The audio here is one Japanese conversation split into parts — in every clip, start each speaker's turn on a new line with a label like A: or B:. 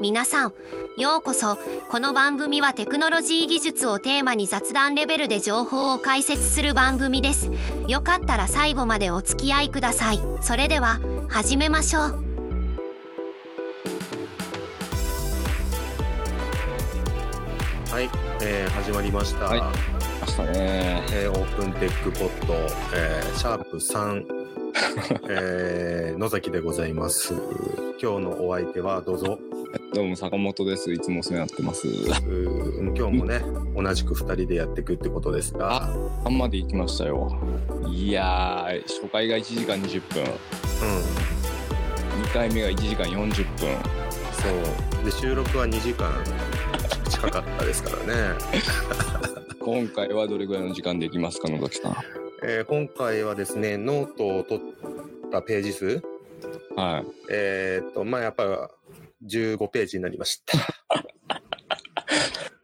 A: 皆さんようこそこの番組はテクノロジー技術をテーマに雑談レベルで情報を解説する番組ですよかったら最後までお付き合いくださいそれでは始めましょう
B: はい、えー始まりました、
C: はいましたね。
B: えーオープンテックポッド、えーシャープ3、えー野崎でございます今日のお相手はどうぞ
C: どうも坂本です。いつもお世話になってます。
B: うー今日もね同じく2人でやっていくってことですが、うん、
C: あんまで行きましたよ。いやー、初回が1時間20分、2回目が1時間40分。
B: そうで収録は2時間近かったですからね、
C: 今回はどれぐらいの時間で行きますか、野崎さん。
B: えー今回はですねノートを取ったページ数
C: はい。
B: えーっとまあやっぱ15ページになりました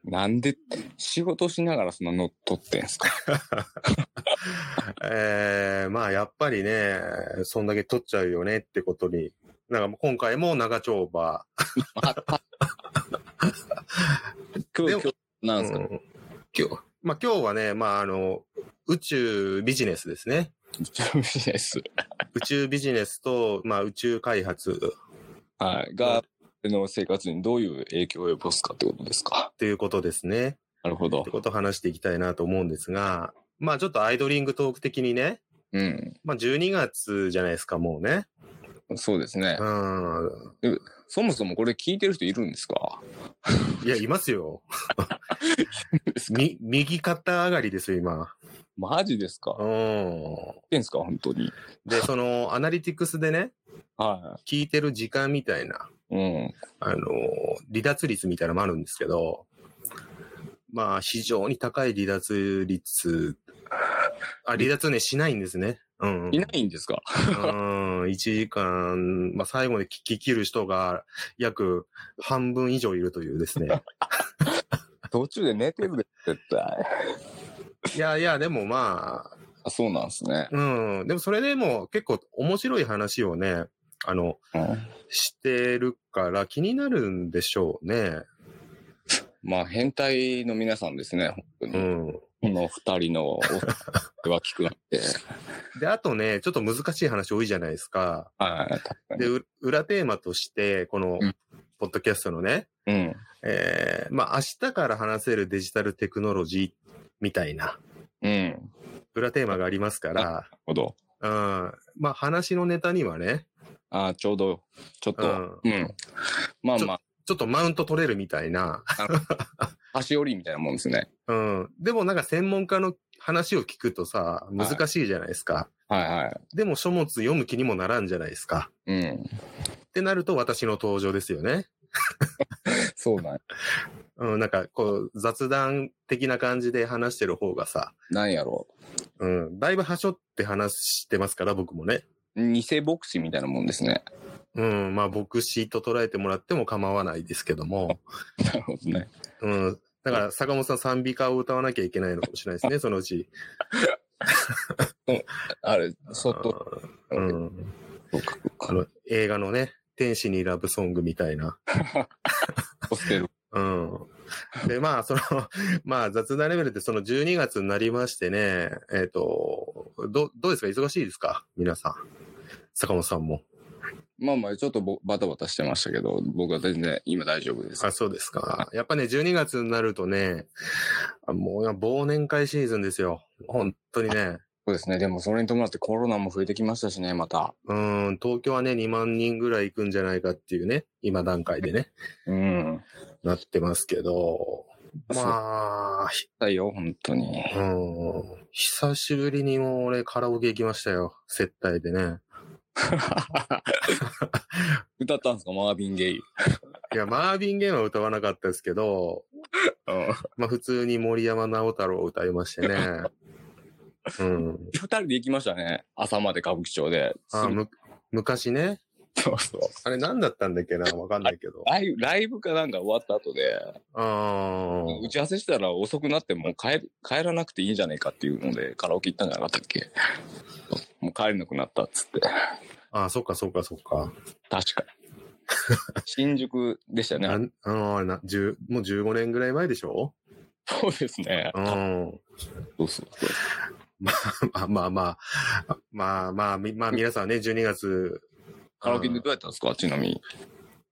C: なんで仕事しながらそんなの撮ってんすか。
B: えー、まあやっぱりね、そんだけ取っちゃうよねってことに、なんか今回も長丁場。で
C: 今日、今
B: も
C: 日、なんですか、
B: うん今日。まあ今日はね、まああの、宇宙ビジネスですね。
C: 準備です。
B: 宇宙ビジネスと、まあ宇宙開発
C: はい。が、俺の生活にどういう影響を及ぼすかってことですか。
B: ということですね。
C: なるほど
B: って。ことを話していきたいなと思うんですが、まあちょっとアイドリングトーク的にね、
C: うん。
B: まあ12月じゃないですか、もうね。
C: そうですね
B: う。ん。
C: そもそもこれ聞いてる人いるんですか
B: い や、いますよ。
C: ですか
B: み、 右肩上がりですよ、今。
C: マジですか
B: うん。
C: ってんすか本当に。
B: で、その、アナリティクスでね、
C: は
B: 聞いてる時間みたいな、
C: い。うん。
B: あのー、離脱率みたいなのもあるんですけど、まあ、非常に高い離脱率、あ、離脱ね、しないんですね。うん。
C: いないんですか
B: うん、1時間、まあ、最後に聞き切る人が約半分以上いるというです ね。
C: 途中で寝てるで、絶対。
B: いやいや、でもまあ、
C: あ、そうなんですね。
B: うん、でもそれでも結構面白い話をね、あの、
C: うん、
B: してるから気になるんでしょうね。
C: まあ、変態の皆さんですね、本当に。
B: うん。
C: この二人のおは聞くなん て。
B: で、あとね、ちょっと難しい話多いじゃないですか。
C: はい、確か
B: で、
C: に。
B: う裏テーマとして、この
C: うん、
B: ポッドキャストのね、
C: うん。
B: えー、まあ、明日から話せるデジタルテクノロジーみたいな、
C: うん。なる
B: 裏テーマがありますから、
C: ほど。
B: うん、まあ、話のネタにはね、
C: あちょうど、ちょっと、
B: う
C: うん
B: ん。
C: まあ
B: ちょ
C: まあ、
B: ちょっとマウント取れるみたいな、
C: 端折りみたいなもんですね。
B: うん、でもなんか専門家の話を聞くとさ、難しいじゃないですか。
C: はいはい。
B: でも書物読む気にもならんじゃないですか。
C: うん。
B: ってなると私の登場ですよね。
C: そうなんや。
B: うん、なんかこう雑談的な感じで話してる方がさ、
C: なんやろ
B: うん、だいぶはしょって話してますから僕もね。
C: う。偽牧師みたいなもんですね。
B: うん、まあ牧師と捉えてもらっても構わないですけど も、
C: なるほどね。
B: うん、だから坂本さん賛美歌を歌わなきゃいけないのかもしれないですね、そのうち。
C: あれ、相当、
B: うん、
C: そうか
B: あの映画のね、天使にラブソングみたいな。
C: ホステル。
B: うん。で、まあ、その、 まあ、雑談レベルでその12月になりましてね、えっ、と、ど、どうですか忙しいですか皆さん。坂本さんも。
C: まあまあ、ちょっとぼバタバタしてましたけど、僕は全然今大丈夫です。
B: あ、そうですか。やっぱね、12月になるとね、あもう忘年会シーズンですよ。本当にね。
C: そうですね。でもそれに伴ってコロナも増えてきましたしね、また。
B: うん、東京はね、2万人ぐらい行くんじゃないかっていうね、今段階でね、
C: うん。
B: なってますけど、まあ、
C: だよ、本当に。
B: うん、久しぶりにもう俺カラオケ行きましたよ。接待でね。
C: 歌ったんですか、マービン・ゲイ。
B: いや、マービン・ゲイは歌わなかったですけど、まあ普通に森山直太朗を歌いましてね。うん。
C: 二人で行きましたね。朝まで歌舞伎町で。
B: あむ昔ね。
C: そうそう。
B: あれ何だったんだっけなわかんないけど。
C: ライブ、ライブかなんか終わった後で、
B: あ
C: 打ち合わせしたら遅くなってもう帰る帰らなくていいんじゃないかっていうので、カラオケ行ったんじゃなかったっけもう帰れなくなったっつって。
B: あ。ああ、そっかそっかそっか。
C: 確か新宿でしたね。
B: ああの、あれな、10もう15年ぐらい前でしょ
C: そうですね。
B: うん。
C: そうそうそう。
B: まあまあまあ、まあまあ、みまあ皆さんね、12月。
C: カラオケで
B: う
C: ど
B: ん
C: うやったんですかちなみに。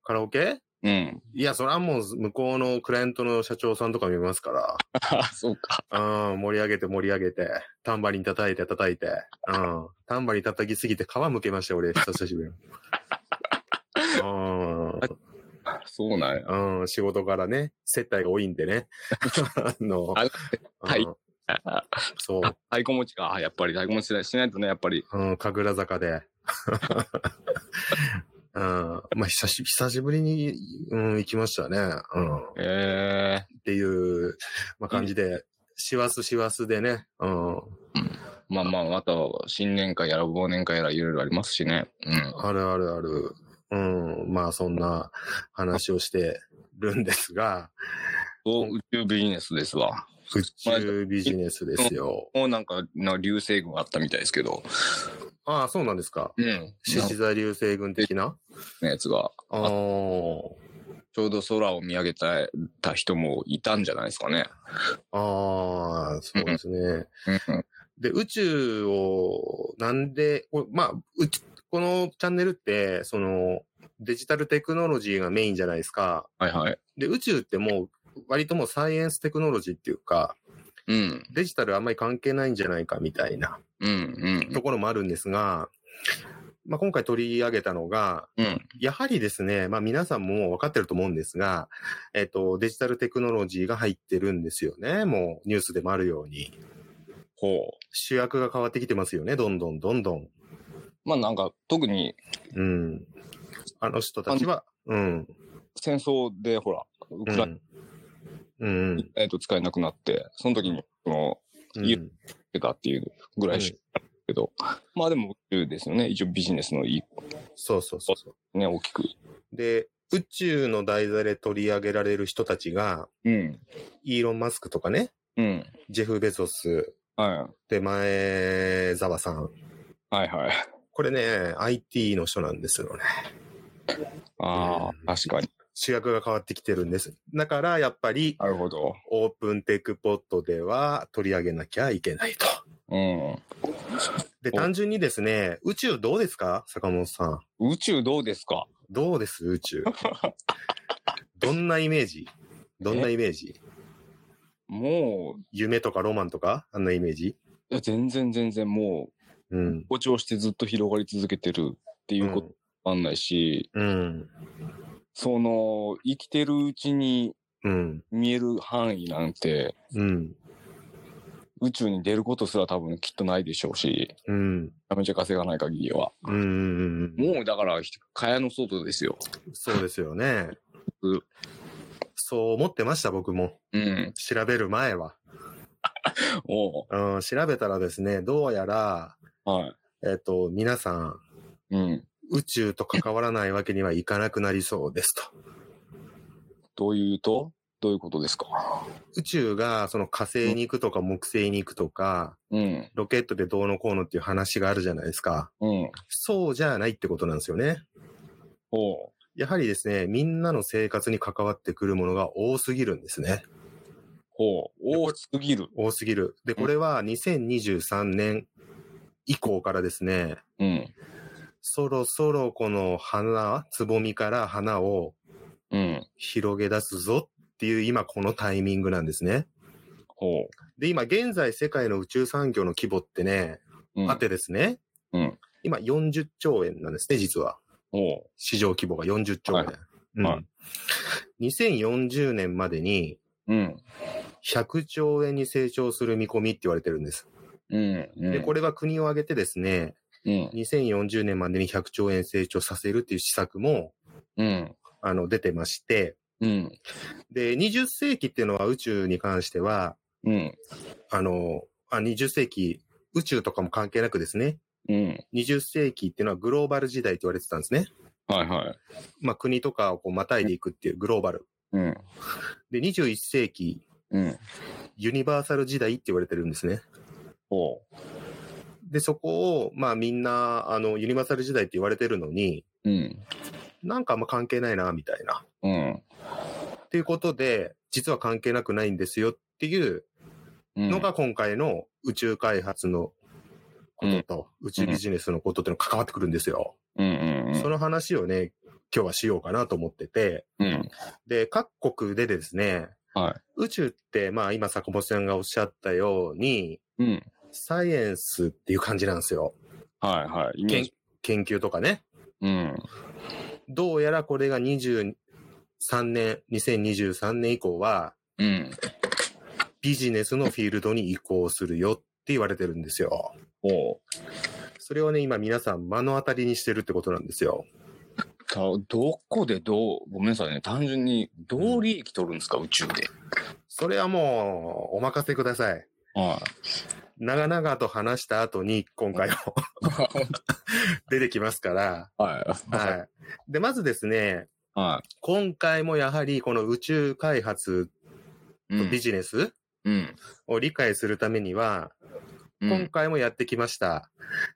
B: カラオケ
C: うん。
B: いや、それはもう向こうのクライアントの社長さんとか見ますか
C: あそうか。
B: ら。うん、盛り上げて盛り上げて、タンバリン叩いて叩いて、うん、タンバリン叩きすぎて皮むけましたよ、俺、久しぶ りに。うん。
C: そうなんや。
B: うん、仕事からね、接待が多いんでね。 あの、
C: あはい
B: うん。そう。
C: 太鼓持ちか。あやっぱり太鼓持ちだしないとね、やっぱり。
B: うん、神楽坂で。 うん、まあ久し、久しぶりに、うん、行きましたね。うん。っ
C: ええ
B: ていう、まあ、感じで、師走師走でね。うん。
C: まあまあ、また新年会やら忘年会やらいろいろありますしね。うん。
B: あるあるある。うん。まあ、そんな話をしてるんですが、
C: そう宇宙ビジネスですわ。
B: 宇宙ビジネスですよ。
C: もうなんか、な流星群あったみたいですけど。
B: ああ、そうなんですか。
C: うん。
B: 獅子座流星群的な
C: のやつが、
B: ああー。
C: ちょうど空を見上げたた人もいたんじゃないですかね。
B: ああ、そうですね。
C: うん。
B: で、宇宙を、なんで、こまあ、うちこのチャンネルって、その、デジタルテクノロジーがメインじゃないですか。
C: はいはい。
B: で、宇宙ってもう、割ともうサイエンステクノロジーっていうか、
C: うん。
B: デジタルあんまり関係ないんじゃないかみたいな
C: うん。
B: ところもあるんですが、まあ、今回取り上げたのが、
C: うん。うん。
B: やはりですね、まあ皆さんももう分かってると思うんですが、えっと、デジタルテクノロジーが入ってるんですよね。もうニュースでもあるように。
C: ほ
B: 主役が変わってきてますよね。どんどんどんどん。
C: う。まあなんか、特に
B: うん。あの人たちは、うん。
C: 戦争でほら、ウ
B: う
C: クライナ、
B: ん。うん。
C: えっと使えなくなって、その時に、その、
B: う
C: い
B: ん。
C: ってたっていうぐらいしかけど、まあでも宇宙ですよね。一応ビジネスのい
B: そうそうそうそ
C: い、ね、大きく。
B: う。で、宇宙の題材で取り上げられる人たちが、
C: うん。
B: イーロン・マスクとかね、
C: うん。
B: ジェフ・ベゾス、
C: は
B: で、前澤さん。
C: い。はいはい。
B: これね、IT の人なんですよね。うん
C: ああ、確かに。
B: 主役が変わってきてるんです。だから、やっぱり、
C: なるほど。
B: オープンテックポットでは取り上げなきゃいけないと。
C: うん。
B: で、
C: お
B: 単純にですね、宇宙どうですか坂本さん。
C: 宇宙どうですか
B: どうです宇 宙。どんなイメージどんなイメージ
C: もう
B: 夢とかロマンとかあんなイメージ
C: いや、全然全然も
B: うん
C: う、。誇張してずっと広がり続けてるっていうことわかんないし、
B: うん。
C: その、生きてるうちに
B: うん。
C: 見える範囲なんて、
B: うん。
C: 宇宙に出ることすら多分きっとないでしょうし、
B: うん。
C: めちゃめちゃ稼がない限りは。
B: うん。うん。うん
C: もうだから、蚊帳の外ですよ。
B: そうですよね
C: うん。
B: そう思ってました、僕も。
C: うん。
B: 調べる前は。
C: おう
B: うん、調べたらですね、どうやら、
C: は
B: えっと、皆さん、
C: い。うん。
B: 宇宙と関わらないわけにはいかなくなりそうですと。
C: どういうとどういうことですか
B: 宇宙がその火星に行くとか木星に行くとか、
C: うん。
B: ロケットでどうのこうのっていう話があるじゃないですか。
C: うん。
B: そうじゃないってことなんですよね。
C: おう
B: やはりですね、みんなの生活に関わってくるものが多すぎるんですね。
C: ほう。多すぎる。
B: 多すぎる。で、これは2023年以降からですね、
C: うん。
B: そろそろこの花、つぼみから花を
C: うん。
B: 広げ出すぞっていう今このタイミングなんですね。
C: ほ
B: で、今現在世界の宇宙産業の規模ってね、
C: う。うん
B: あっ。てですね、
C: うん
B: 今40兆円なんですね、実は。
C: ほ
B: 市場規模が40兆円。
C: は
B: うん
C: はい
B: 2040年までに
C: う。うん。
B: 100兆円に成長する見込みって言われてるんです。
C: うん。うん
B: で、これは国を挙げてですね、
C: うん。
B: 2040年までに100兆円成長させるっていう施策も、
C: うん。
B: あの、出てまして、
C: うん。
B: で、20世紀っていうのは宇宙に関しては、
C: うん。
B: あの、あ20世紀、宇宙とかも関係なくですね、
C: うん。
B: 20世紀っていうのはグローバル時代って言われてたんですね。
C: はいはい。
B: まあ国とかをこうまたいでいくっていうグローバル。
C: うん。
B: で、21世紀、
C: うん。
B: ユニバーサル時代って言われてるんですね。
C: ほ
B: で、そこを、まあみんな、あの、ユニバーサル時代って言われてるのに、
C: う。うん。
B: なんかあんま関係ないな、みたいな。
C: うん。
B: っていうことで、実は関係なくないんですよっていう
C: うん
B: のが今回の宇宙開発のことと、宇宙ビジネスのことっていうのが関わってくるんですよ。
C: うんうん
B: その話をね、今日はしようかなと思ってて、
C: うん。うん。
B: で、各国でですね、
C: は
B: 宇宙って、まあ今坂本さんがおっしゃったように、
C: い。うん。
B: サイエンスっていう感じなんですよ。
C: はいはい。イメー
B: 研
C: ジ。
B: 研究とかね。
C: うん。
B: どうやらこれが23年、2023年以降は、
C: うん。
B: ビジネスのフィールドに移行するよって言われてるんですよ。
C: おう
B: それをね、今皆さん目の当たりにしてるってことなんですよ。
C: たどこでどう、ごめんなさいね。単純に、どう利益取るんですか、宇宙 で。
B: それはもう、お任せください。
C: は
B: 長々と話した後に、今回も 出てきますから。
C: い。はい。
B: はい。で、まずですね、
C: は
B: 今回もやはりこの宇宙開発
C: い。う
B: と
C: ん
B: ビジネス
C: うん。
B: を理解するためには、
C: うん
B: 今回もやってきました、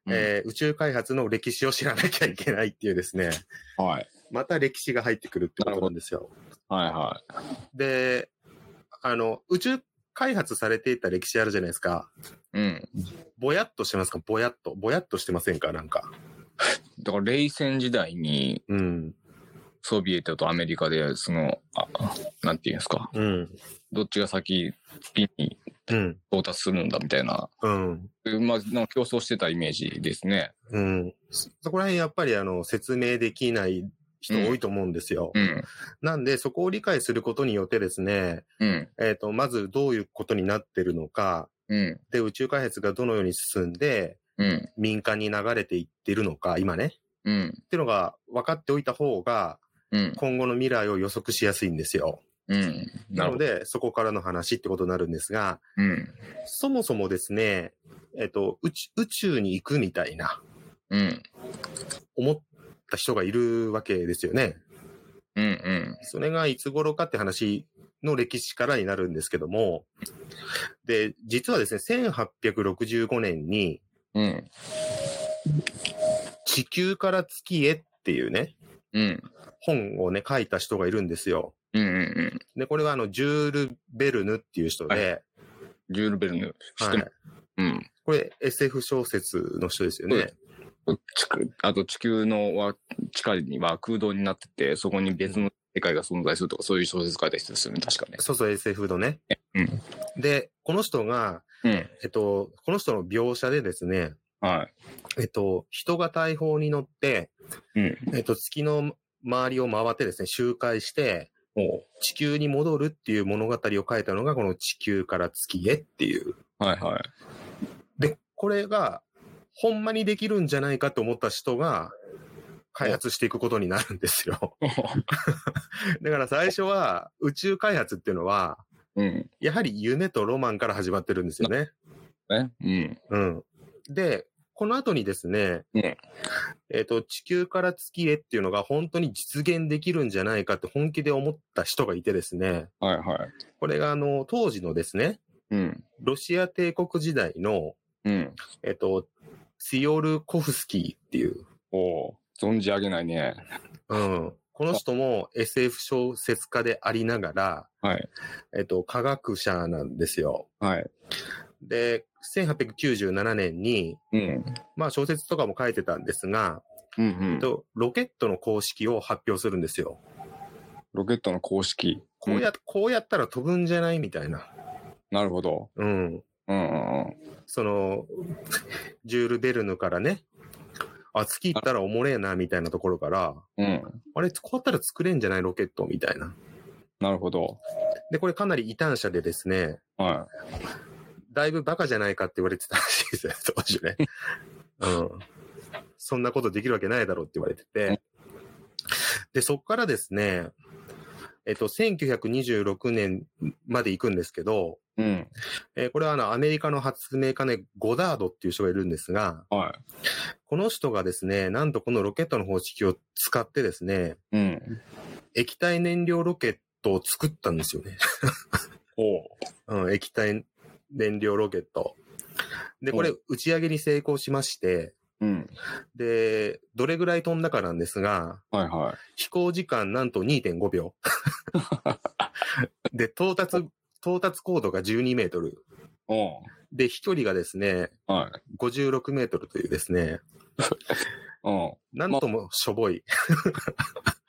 B: えー宇宙開発の歴史を知らなきゃいけないっていうですね、
C: うんはい。
B: また歴史が入ってくるってことなんですよ。
C: はいは
B: で、あの、宇宙開発されていた歴史あるじゃないですか。
C: い。うん。
B: ぼやっとしてますかぼやっと。ぼやっとしてませんかなんか。
C: だから、冷戦時代に、
B: うん。
C: ソビエトとアメリカで、その、ああなんていうんですか、
B: うん。
C: どっちが先に
B: うん。
C: 到達するんだみたいな、
B: うん。
C: まあ、なんか競争してたイメージですね。
B: うん。そそこら辺やっぱりあの、説明できない人多いと思うんですよ。
C: うん。
B: なんで、そこを理解することによってですね、
C: うん。
B: えっ、と、まずどういうことになってるのか、
C: うん。
B: で、宇宙開発がどのように進んで、
C: うん。
B: 民間に流れていってるのか、今ね。
C: うん。
B: っていうのが分かっておいた方が、
C: うん。
B: 今後の未来を予測しやすいんですよ。
C: うん。な
B: な
C: る
B: の
C: ほど。
B: で、そこからの話ってことになるんですが、
C: うん。
B: そもそもですね、えっと、宇宙宇宙に行くみたいな、
C: うん。
B: 思った人がいるわけですよね。
C: うん。うん。
B: それがいつ頃かって話の歴史からになるんですけども、で、実はですね、1865年に
C: うん。
B: 地球から月へっていうね、
C: うん。
B: 本をね、書いた人がいるんですよ。
C: うん。うん。
B: で、これはあの、ジュール・ベルヌっていう人で、
C: ジュール・ベルヌ。知っ
B: は
C: て
B: い
C: る。うん。
B: これ SF 小説の人ですよね。
C: そうで地球あと地球のは地下には空洞になってて、そこに別の世界が存在するとか、そういう小説書いた人ですよね、確かね。
B: そうそう、SF のね。
C: うん。
B: で、この人が、
C: うん。
B: えっと、この人の描写でですね、
C: は
B: えっと、人が大砲に乗って、
C: い。うん。
B: えっと、月の周りを回ってですね、周回して、
C: おう
B: 地球に戻るっていう物語を書いたのが、この地球から月へっていう。
C: はいはい。
B: で、これが、ほんまにできるんじゃないかと思った人が、開発していくことになるんです よ。だから最初は、宇宙開発っていうのは、
C: うん。
B: やはり夢とロマンから始まってるんですよね。
C: ね。うん。
B: うん。で、この後にですね、
C: ね
B: えっ、と、地球から月へっていうのが本当に実現できるんじゃないかって本気で思った人がいてですね、
C: はいはい。
B: これがあの、当時のですね、
C: うん。
B: ロシア帝国時代の、
C: うん。
B: えっ、と、ツィオルコフスキーっていう、
C: おお存じ上げないね。
B: うん。この人も SF 小説家でありながら、
C: はい。
B: えっ、と、科学者なんですよ。
C: はい。
B: で、1897年に、
C: うん。
B: まあ小説とかも書いてたんですが、
C: うんう
B: えっ
C: ん。
B: と、ロケットの公式を発表するんですよ。
C: ロケットの公式。
B: こうや、こうやったら飛ぶんじゃないみたいな。
C: うんなるほど。
B: うん。
C: うんうんうん。
B: その、ジュール・ベルヌからね、あ、月行ったらおもれえな、みたいなところから、
C: うん。
B: あれ、こうやったら作れんじゃないロケットみたいな。
C: なるほど。
B: で、これかなり異端者でですね、
C: は
B: だいぶバカじゃないかって言われてたらしいですよ、 当時ね。うん。そんなことできるわけないだろうって言われてて。で、そっからですね、えっと、1926年まで行くんですけど、
C: い。うん。
B: えーこれはあの、アメリカの発明家ね、ゴダードっていう人がいるんですが、
C: は
B: この人がですね、なんとこのロケットの方式を使ってですね、
C: い。うん。
B: 液体燃料ロケットを作ったんですよね。
C: おう
B: うん、液体燃料ロケット。で、これ打ち上げに成功しまして、
C: ううん。
B: で、どれぐらい飛んだかなんですが、
C: はいは
B: 飛行時間なんと2.5秒。で、到達、到達高度が12メートル。
C: い。おう
B: で、飛距離がですね、
C: はい。
B: 56メートルというですね、
C: うん。
B: なんともしょぼい。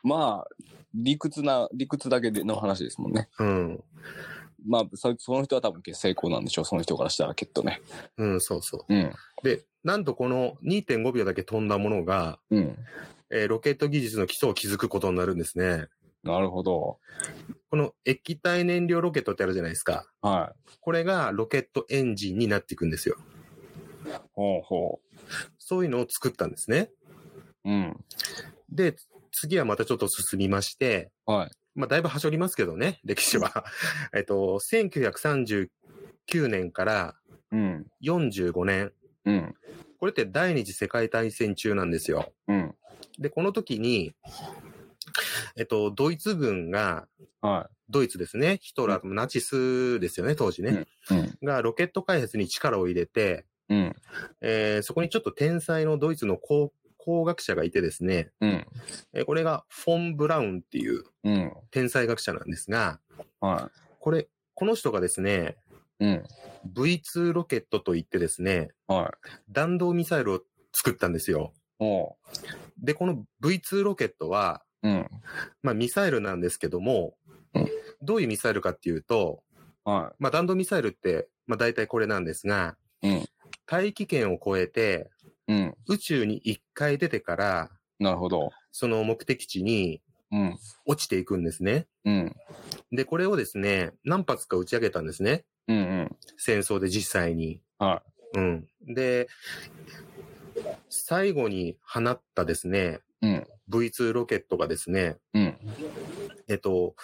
C: まあ、理屈な、理屈だけでの話ですもんね。
B: うん。
C: まあ、そその人は多分成功なんでしょう。その人からしたらきっとね。
B: うん、そうそ
C: うん。
B: う。で、なんとこの2.5秒だけ飛んだものが、
C: うん。
B: えーロケット技術の基礎を築くことになるんですね。
C: なるほど。
B: この液体燃料ロケットってあるじゃないですか。
C: は
B: これがロケットエンジンになっていくんですよ。
C: い。ほうほ
B: そういうのを作ったんですね。
C: う。うん。
B: で、次はまたちょっと進みまして、
C: はい。
B: まあ、だいぶ端折りますけどね、歴史は。 えっと、1939年から
C: うん。
B: 45年。
C: うん。
B: これって第二次世界大戦中なんですよ。
C: うん。
B: で、この時に、えっと、ドイツ軍が、
C: は
B: ドイツですね、ヒトラー、ナチスですよね、当時ね、
C: い。うん。
B: がロケット開発に力を入れて、
C: うん。
B: えーそこにちょっと天才のドイツの工工学者がいてですね、
C: うん。
B: えーこれがフォン・ブラウンっていう
C: うん。
B: 天才学者なんですが、
C: は
B: これ、この人がですね、
C: い。うん。
B: V2 ロケットといってですね、
C: はい。
B: 弾道ミサイルを作ったんですよ。
C: ほ
B: で、この V2 ロケットは、
C: う。うん。
B: まあミサイルなんですけども
C: うん、
B: どういうミサイルかっていうと、
C: は
B: まあ弾道ミサイルって、まあ大体これなんですが、
C: い。うん。
B: 大気圏を越えて、
C: うん。
B: 宇宙に一回出てから、
C: なるほど。
B: その目的地に
C: うん。
B: 落ちていくんですね。
C: うん。
B: で、これをですね、何発か打ち上げたんですね。
C: うん。うん。
B: 戦争で実際に。
C: は
B: うん。で、最後に放ったですね、
C: い。うん。
B: V2 ロケットがですね、
C: うん。
B: えっと、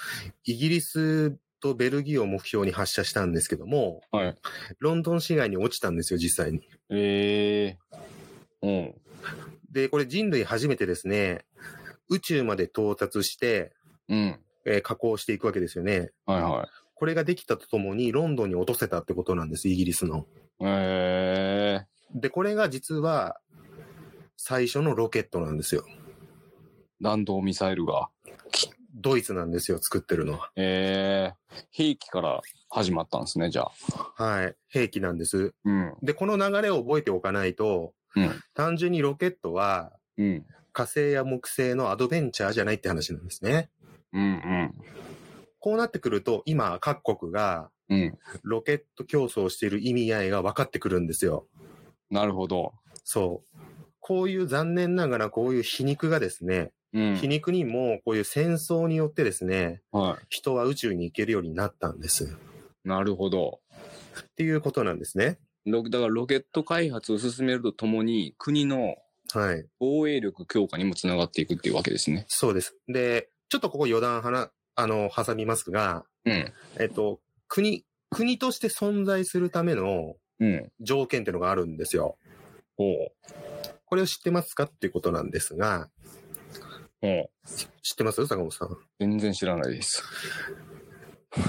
B: イギリスとベルギーを目標に発射したんですけども、
C: はい。
B: ロンドン市街に落ちたんですよ、実際に。
C: ええー。
B: で、これ人類初めてですね、宇宙まで到達して、
C: うん。うん。
B: えー加工していくわけですよね。
C: はいはい。
B: これができたとともに、ロンドンに落とせたってことなんです、イギリスの。
C: ええ
B: で、これが実は、最初のロケットなんですよ。
C: ー。弾道ミサイルが。
B: ドイツなんですよ、作ってるのは。
C: ええー。兵器から始まったんですね、じゃあ。
B: はい。兵器なんです。
C: うん。
B: で、この流れを覚えておかないと、
C: うん。
B: 単純にロケットは
C: うん。
B: 火星や木星のアドベンチャーじゃないって話なんですね。
C: うん。
B: こうなってくると、今、各国が
C: うん。うん。
B: ロケット競争をしている意味合いが分かってくるんですよ。
C: なるほど。
B: そう。こういう残念ながらこういう皮肉がですね、
C: う
B: 皮
C: ん。
B: 肉にもこういう戦争によってですね、
C: は
B: 人は宇宙に行けるようになったんです。
C: い。なるほど。
B: っていうことなんですね。
C: ロだからロケット開発を進めるとともに、国の
B: はい。
C: 防衛力強化にもつながっていくっていうわけですね。
B: そうです。で、ちょっとここ余談はな、あの、挟みますが、
C: うん。
B: えっと、国、国として存在するための
C: うん。
B: 条件っていうのがあるんですよ。
C: ほう。
B: これを知ってますかっていうことなんですが、
C: ほう。
B: 知ってます坂本さん。
C: 全然知らないです。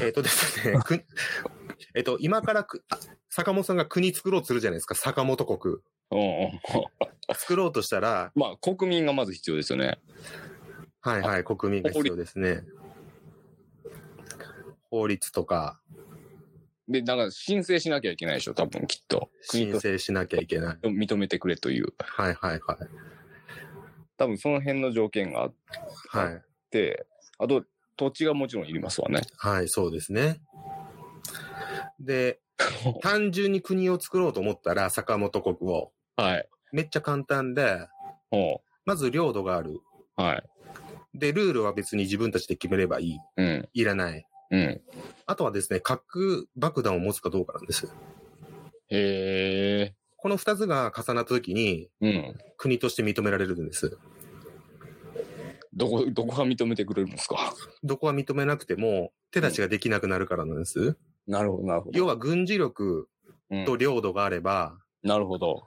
B: えっ、とですね、く えっと、今からく、あ坂本さんが国作ろうとするじゃないですか、坂本国。
C: うんうん。
B: 作ろうとしたら、
C: まあ、国民がまず必要ですよね。
B: はいはい、国民が必要ですね。法律とか
C: で、だから申請しなきゃいけないでしょ、多分きっと。国
B: 申
C: と
B: 請しなきゃいけない。
C: 認めてくれという。
B: はいはいはい。
C: 多分その辺の条件があっ
B: はい。
C: て、あと、土地がもちろんいりますわね。
B: はい、そうですね。で、単純に国を作ろうと思ったら、坂本国を。
C: はい。
B: めっちゃ簡単で、
C: ほ
B: まず領土がある。
C: う。はい。
B: で、ルールは別に自分たちで決めればいい。
C: うん。
B: いらない。
C: うん。
B: あとはですね、核爆弾を持つかどうかなんです。
C: へえ。
B: この二つが重なった時に、
C: うん。
B: 国として認められるんです。
C: どこ、どこが認めてくれるんですか。
B: どこは認めなくても、手出しができなくなるからなんです。
C: なるほど、なるほ
B: 要は軍事力
C: うん
B: と領土があれば、
C: なるほど。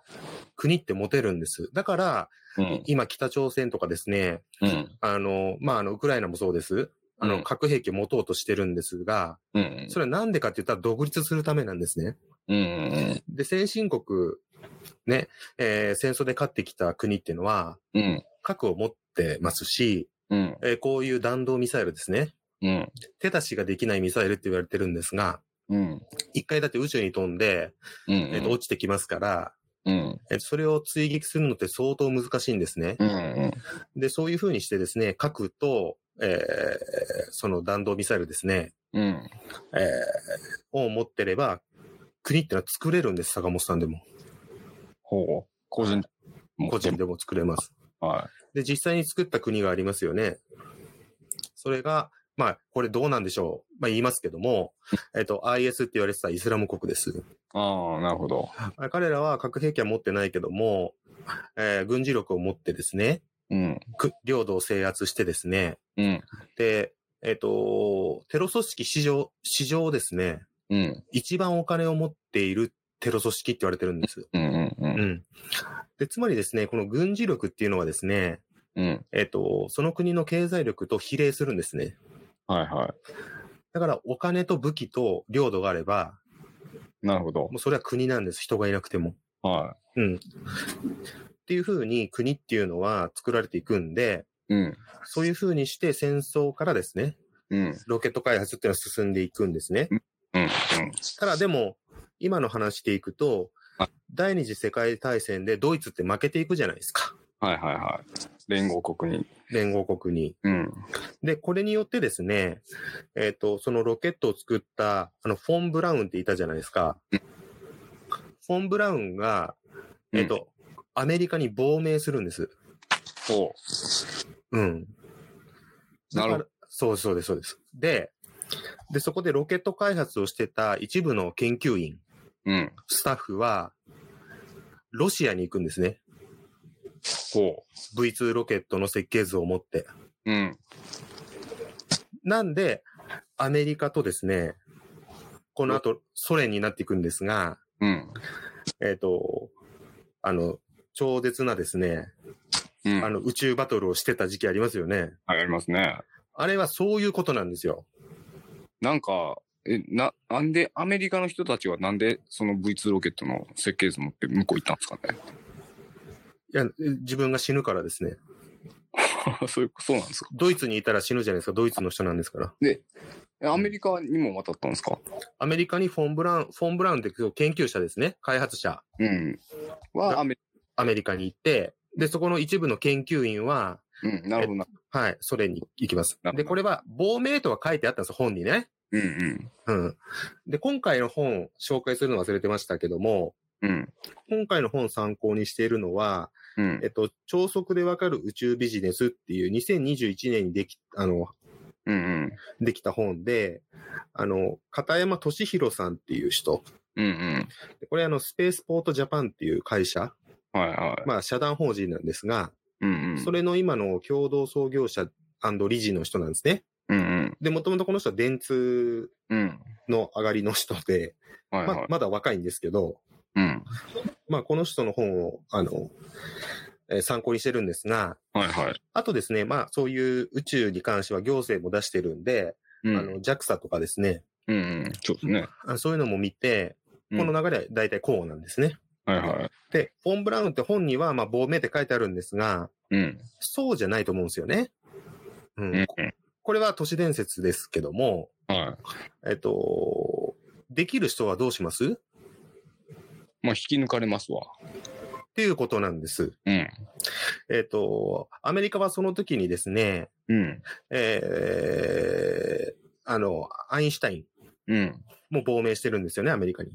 B: 国って持てるんです。だから、
C: うん。
B: 今北朝鮮とかですね、
C: うん。
B: あの、まあ、あの、ウクライナもそうです。あ
C: う
B: の、
C: ん
B: 核兵器を持とうとしてるんですが、
C: うん。
B: それはなんでかって言ったら独立するためなんですね。
C: うん。
B: で、先進国ね、えー戦争で勝ってきた国っていうのは、
C: うん。
B: 核を持ってますし、
C: うん。
B: えーこういう弾道ミサイルですね。
C: うん。
B: 手出しができないミサイルって言われてるんですが、
C: うん。
B: 一回だって宇宙に飛んで、
C: うん。
B: えっと落ちてきますから、
C: うん。
B: えっとそれを追撃するのって相当難しいんですね。
C: うん。
B: で、そういうふうにしてですね、核と、えーその弾道ミサイルですね、
C: うん。
B: えーを持ってれば、国ってのは作れるんです、坂本さんでも。
C: ほう。個人。
B: 個人。でも作れます。
C: は
B: で、実際に作った国がありますよね。それが、まあ、これどうなんでしょう。まあ、言いますけども、えっと、IS って言われてたイスラム国です。
C: い。ああ、なるほど。
B: あ彼らは核兵器は持ってないけども、えー軍事力を持ってですね、
C: うん。
B: く領土を制圧してですね、
C: うん。
B: で、えっ、と、テロ組織市場、市場をですね、
C: うん。
B: 一番お金を持っているテロ組織って言われてるんです。
C: うん。うん。う。
B: うんん。で、つまりですね、この軍事力っていうのはですね、
C: うん。
B: えっ、と、その国の経済力と比例するんですね。
C: はいは
B: だからお金と武器と領土があれば、
C: い。なるほど
B: も。うそれは国なんです。人がいなくても。
C: は
B: うん。っていう風に国っていうのは作られていくんで、
C: い。うん。
B: そういう風にして戦争からですね、
C: うん。
B: ロケット開発っていうのは進んでいくんですね。
C: うん。うん。
B: ただでも、今の話でいくと
C: あ、
B: 第二次世界大戦でドイツって負けていくじゃないですか。
C: はいはいはい。連合国に。
B: 連合国に。
C: うん。
B: で、これによってですね、えっ、と、そのロケットを作った、あの、フォン・ブラウンっていたじゃないですか。フォン・ブラウンが、えっ、と、アメリカに亡命するんです。
C: ほ
B: うん。
C: なる
B: だか
C: ほど
B: らそうそうです、そうです。で、で、そこでロケット開発をしてた一部の研究員、
C: う。うん。
B: スタッフは、ロシアに行くんですね。
C: ほ
B: V2 ロケットの設計図を持って。
C: う。うん。
B: なんで、アメリカとですね、この後、ソ連になっていくんですが、
C: うん。
B: えっ、と、あの、超絶なですね、
C: うん。
B: あの、宇宙バトルをしてた時期ありますよね。
C: はい、ありますね。
B: あれはそういうことなんですよ。
C: なんか、え、な、なんで、アメリカの人たちはなんで、その V2 ロケットの設計図持って向こう行ったんですかね。
B: いや、自分が死ぬからですね。
C: そういう、そうなんですか。
B: ドイツにいたら死ぬじゃないですか。ドイツの人なんですから。
C: えアメリカにも渡ったんですか
B: アメリカにフォン・ブラウン、フォン・ブラウンって研究者ですね。開発者。
C: うん。は、
B: な
C: アメリ
B: アメリカに行って、で、そこの一部の研究員は、
C: うん、なるほどな。
B: はい、ソ連に行きます
C: なる。ほど
B: で、これは亡命とは書いてあったんですよ、本にね。
C: うんうん。
B: うん。で、今回の本、紹介するの忘れてましたけども、
C: うん。
B: 今回の本参考にしているのは、
C: うん
B: えっ。と、超速でわかる宇宙ビジネスっていう2021年にでき、あの、
C: うん
B: できた本で、あの、片山俊弘さんっていう人。
C: うん。うん
B: でこれあの、スペースポートジャパンっていう会社、
C: うん。はいはい。
B: まあ、社団法人なんですが、
C: うんうん。
B: それの今の共同創業者理事の人なんですね。
C: うんうん。
B: で、もともとこの人は電通
C: うん。
B: の上がりの人で、
C: はいは
B: ま
C: い。
B: まだ若いんですけど、
C: うん。
B: まあ、この人の本を、あの、えー参考にしてるんですが、
C: はいはい。
B: あとですね、まあ、そういう宇宙に関しては行政も出してるんで、
C: う
B: あの、
C: ん。
B: JAXA とかですね、
C: うんうん。そうですね。
B: あそういうのも見て、
C: うん
B: この流れは大体こうなんですね。
C: はいはい。
B: で、フォン・ブラウンって本には、まあ、亡命って書いてあるんですが、
C: うん。
B: そうじゃないと思うんですよね。う
C: うんん。。
B: これは都市伝説ですけども、
C: は
B: えっと、できる人はどうしますっ
C: い。まあ、引き抜かれますわ。
B: ていうことなんです。
C: うん。
B: えっと、アメリカはその時にですね、
C: うん。
B: えー、あの、アインシュタイン
C: うん。
B: も亡命してるんですよね、アメリカに。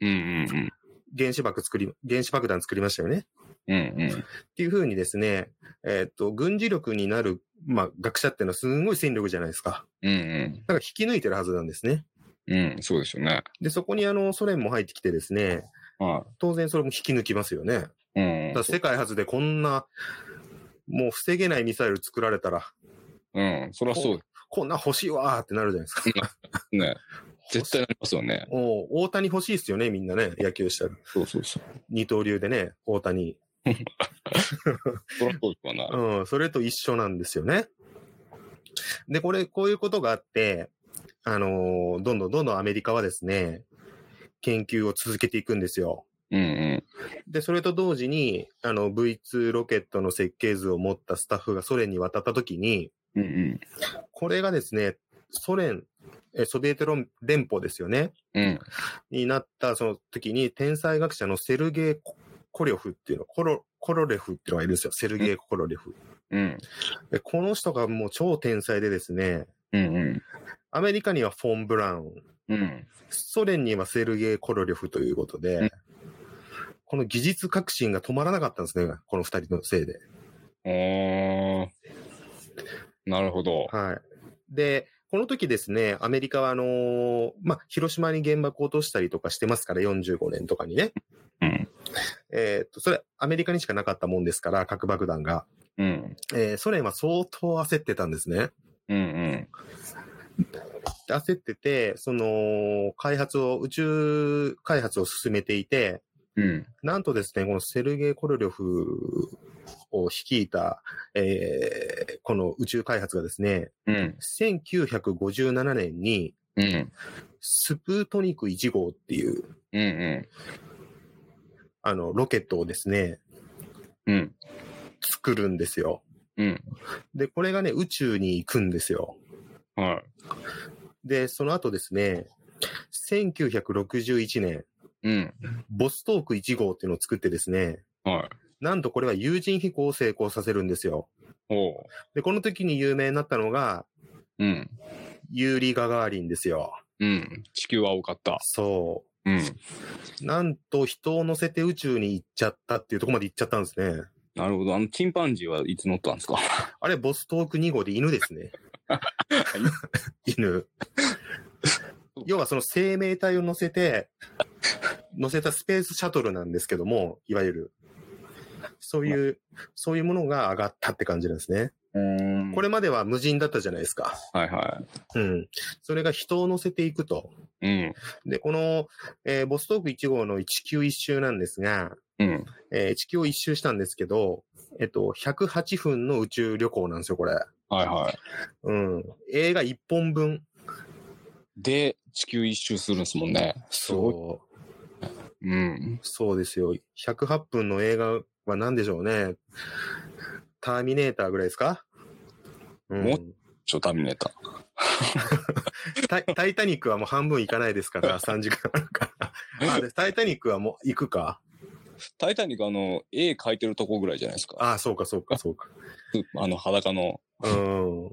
C: うんうん
B: 原子爆作り、原子爆弾作りましたよね。
C: うん。うんうん。
B: っていうふうにですね、えっと、軍事力になる、まあ、学者っていうのはすんごい戦力じゃないですか。
C: うん
B: だから引き抜いてるはずなんですね。
C: うん。うん。そうですよね。
B: で、そこにあの、ソ連も入ってきてですね、
C: は
B: 当然それも引き抜きますよね。だか
C: い。うん
B: ら。世界初でこんな、もう防げないミサイル作られたら、
C: うん。そりゃそう
B: こんな欲しいわーってなるじゃないですか。
C: ですね。絶対なりますよね。
B: おう大谷欲しいですよね、みんなね、野球したら。
C: そうそうそう。
B: 二刀流でね、大谷。
C: そりゃそうですわな。
B: うん、それと一緒なんですよね。で、これ、こういうことがあって、あのーどんどんどんどんアメリカはですね、研究を続けていくんですよ。
C: うんうん。
B: で、それと同時に、あの、V2 ロケットの設計図を持ったスタッフがソ連に渡った時に、
C: うんうん。
B: これがですね、ソ連、えソビエト連邦ですよね、
C: うん。
B: になったその時に、天才学者のセルゲイ・ココリョフっていうの、コロ、コロレフっていうのがいるんですよ。セルゲイ・コロレフ。
C: うん。
B: でこの人がもう超天才でですね、
C: うんうん。
B: アメリカにはフォン・ブラウン、
C: うん。
B: ソ連にはセルゲイ・コロリョフということで、
C: うん
B: この技術革新が止まらなかったんですね、この二人のせいで。
C: おー。なるほど。
B: はい。で、この時ですね、アメリカはあのーまあ、広島に原爆を落としたりとかしてますから、45年とかにね。
C: うん。
B: えーっと、それ、アメリカにしかなかったもんですから、核爆弾が。
C: うん。
B: えーソ連は相当焦ってたんですね。
C: うんうん。
B: で焦ってて、その、開発を、宇宙開発を進めていて、
C: うん。
B: なんとですね、このセルゲイ・コロリョフを率いた、えーこの宇宙開発がですね、
C: うん。
B: 1957年に
C: うん。
B: スプートニク1号っていう、
C: うんう
B: あの、ロケットをですね、
C: ん。うん。
B: 作るんですよ。
C: うん。
B: で、これがね、宇宙に行くんですよ。
C: は
B: で、その後ですね、1961年、
C: い。うん。
B: ボストーク1号っていうのを作ってですね、
C: はい。
B: なんとこれは有人飛行を成功させるんですよ。
C: おう。
B: で、この時に有名になったのが、
C: うん。
B: ユーリー・ガガーリンですよ。
C: うん。地球は多かった。
B: そ
C: うん。
B: う。なんと人を乗せて宇宙に行っちゃったっていうところまで行っちゃったんですね。
C: なるほど。あの、チンパンジーはいつ乗ったんですか
B: あれ、ボストーク2号で犬ですね。犬。要はその生命体を乗せて、乗せたスペースシャトルなんですけども、いわゆる。そういう、そういうものが上がったって感じなんですね。
C: うーん
B: これまでは無人だったじゃないですか。
C: はいは
B: うん。それが人を乗せていくと。
C: い。うん。
B: で、この、えーボストーク1号の地球一周なんですが、
C: うん。
B: えー地球を一周したんですけど、えっと、108分の宇宙旅行なんですよ、これ。
C: はいはい。
B: うん。映画1本分。
C: で、地球一周するんですもんね。すごい。
B: そう。
C: うん。
B: そうですよ。108分の映画は何でしょうね。ターミネーターぐらいですかう
C: も
B: ん、
C: ちょ、ターミネーター。
B: タタイタニックはもう半分いかないです から、3時間あるから。あでタイタニックはもう行くか。
C: タイタニックあの、絵描いてるとこぐらいじゃないですか。
B: ああ、そうか、そうか、そうか。
C: あの、裸の。
B: うん。
C: わ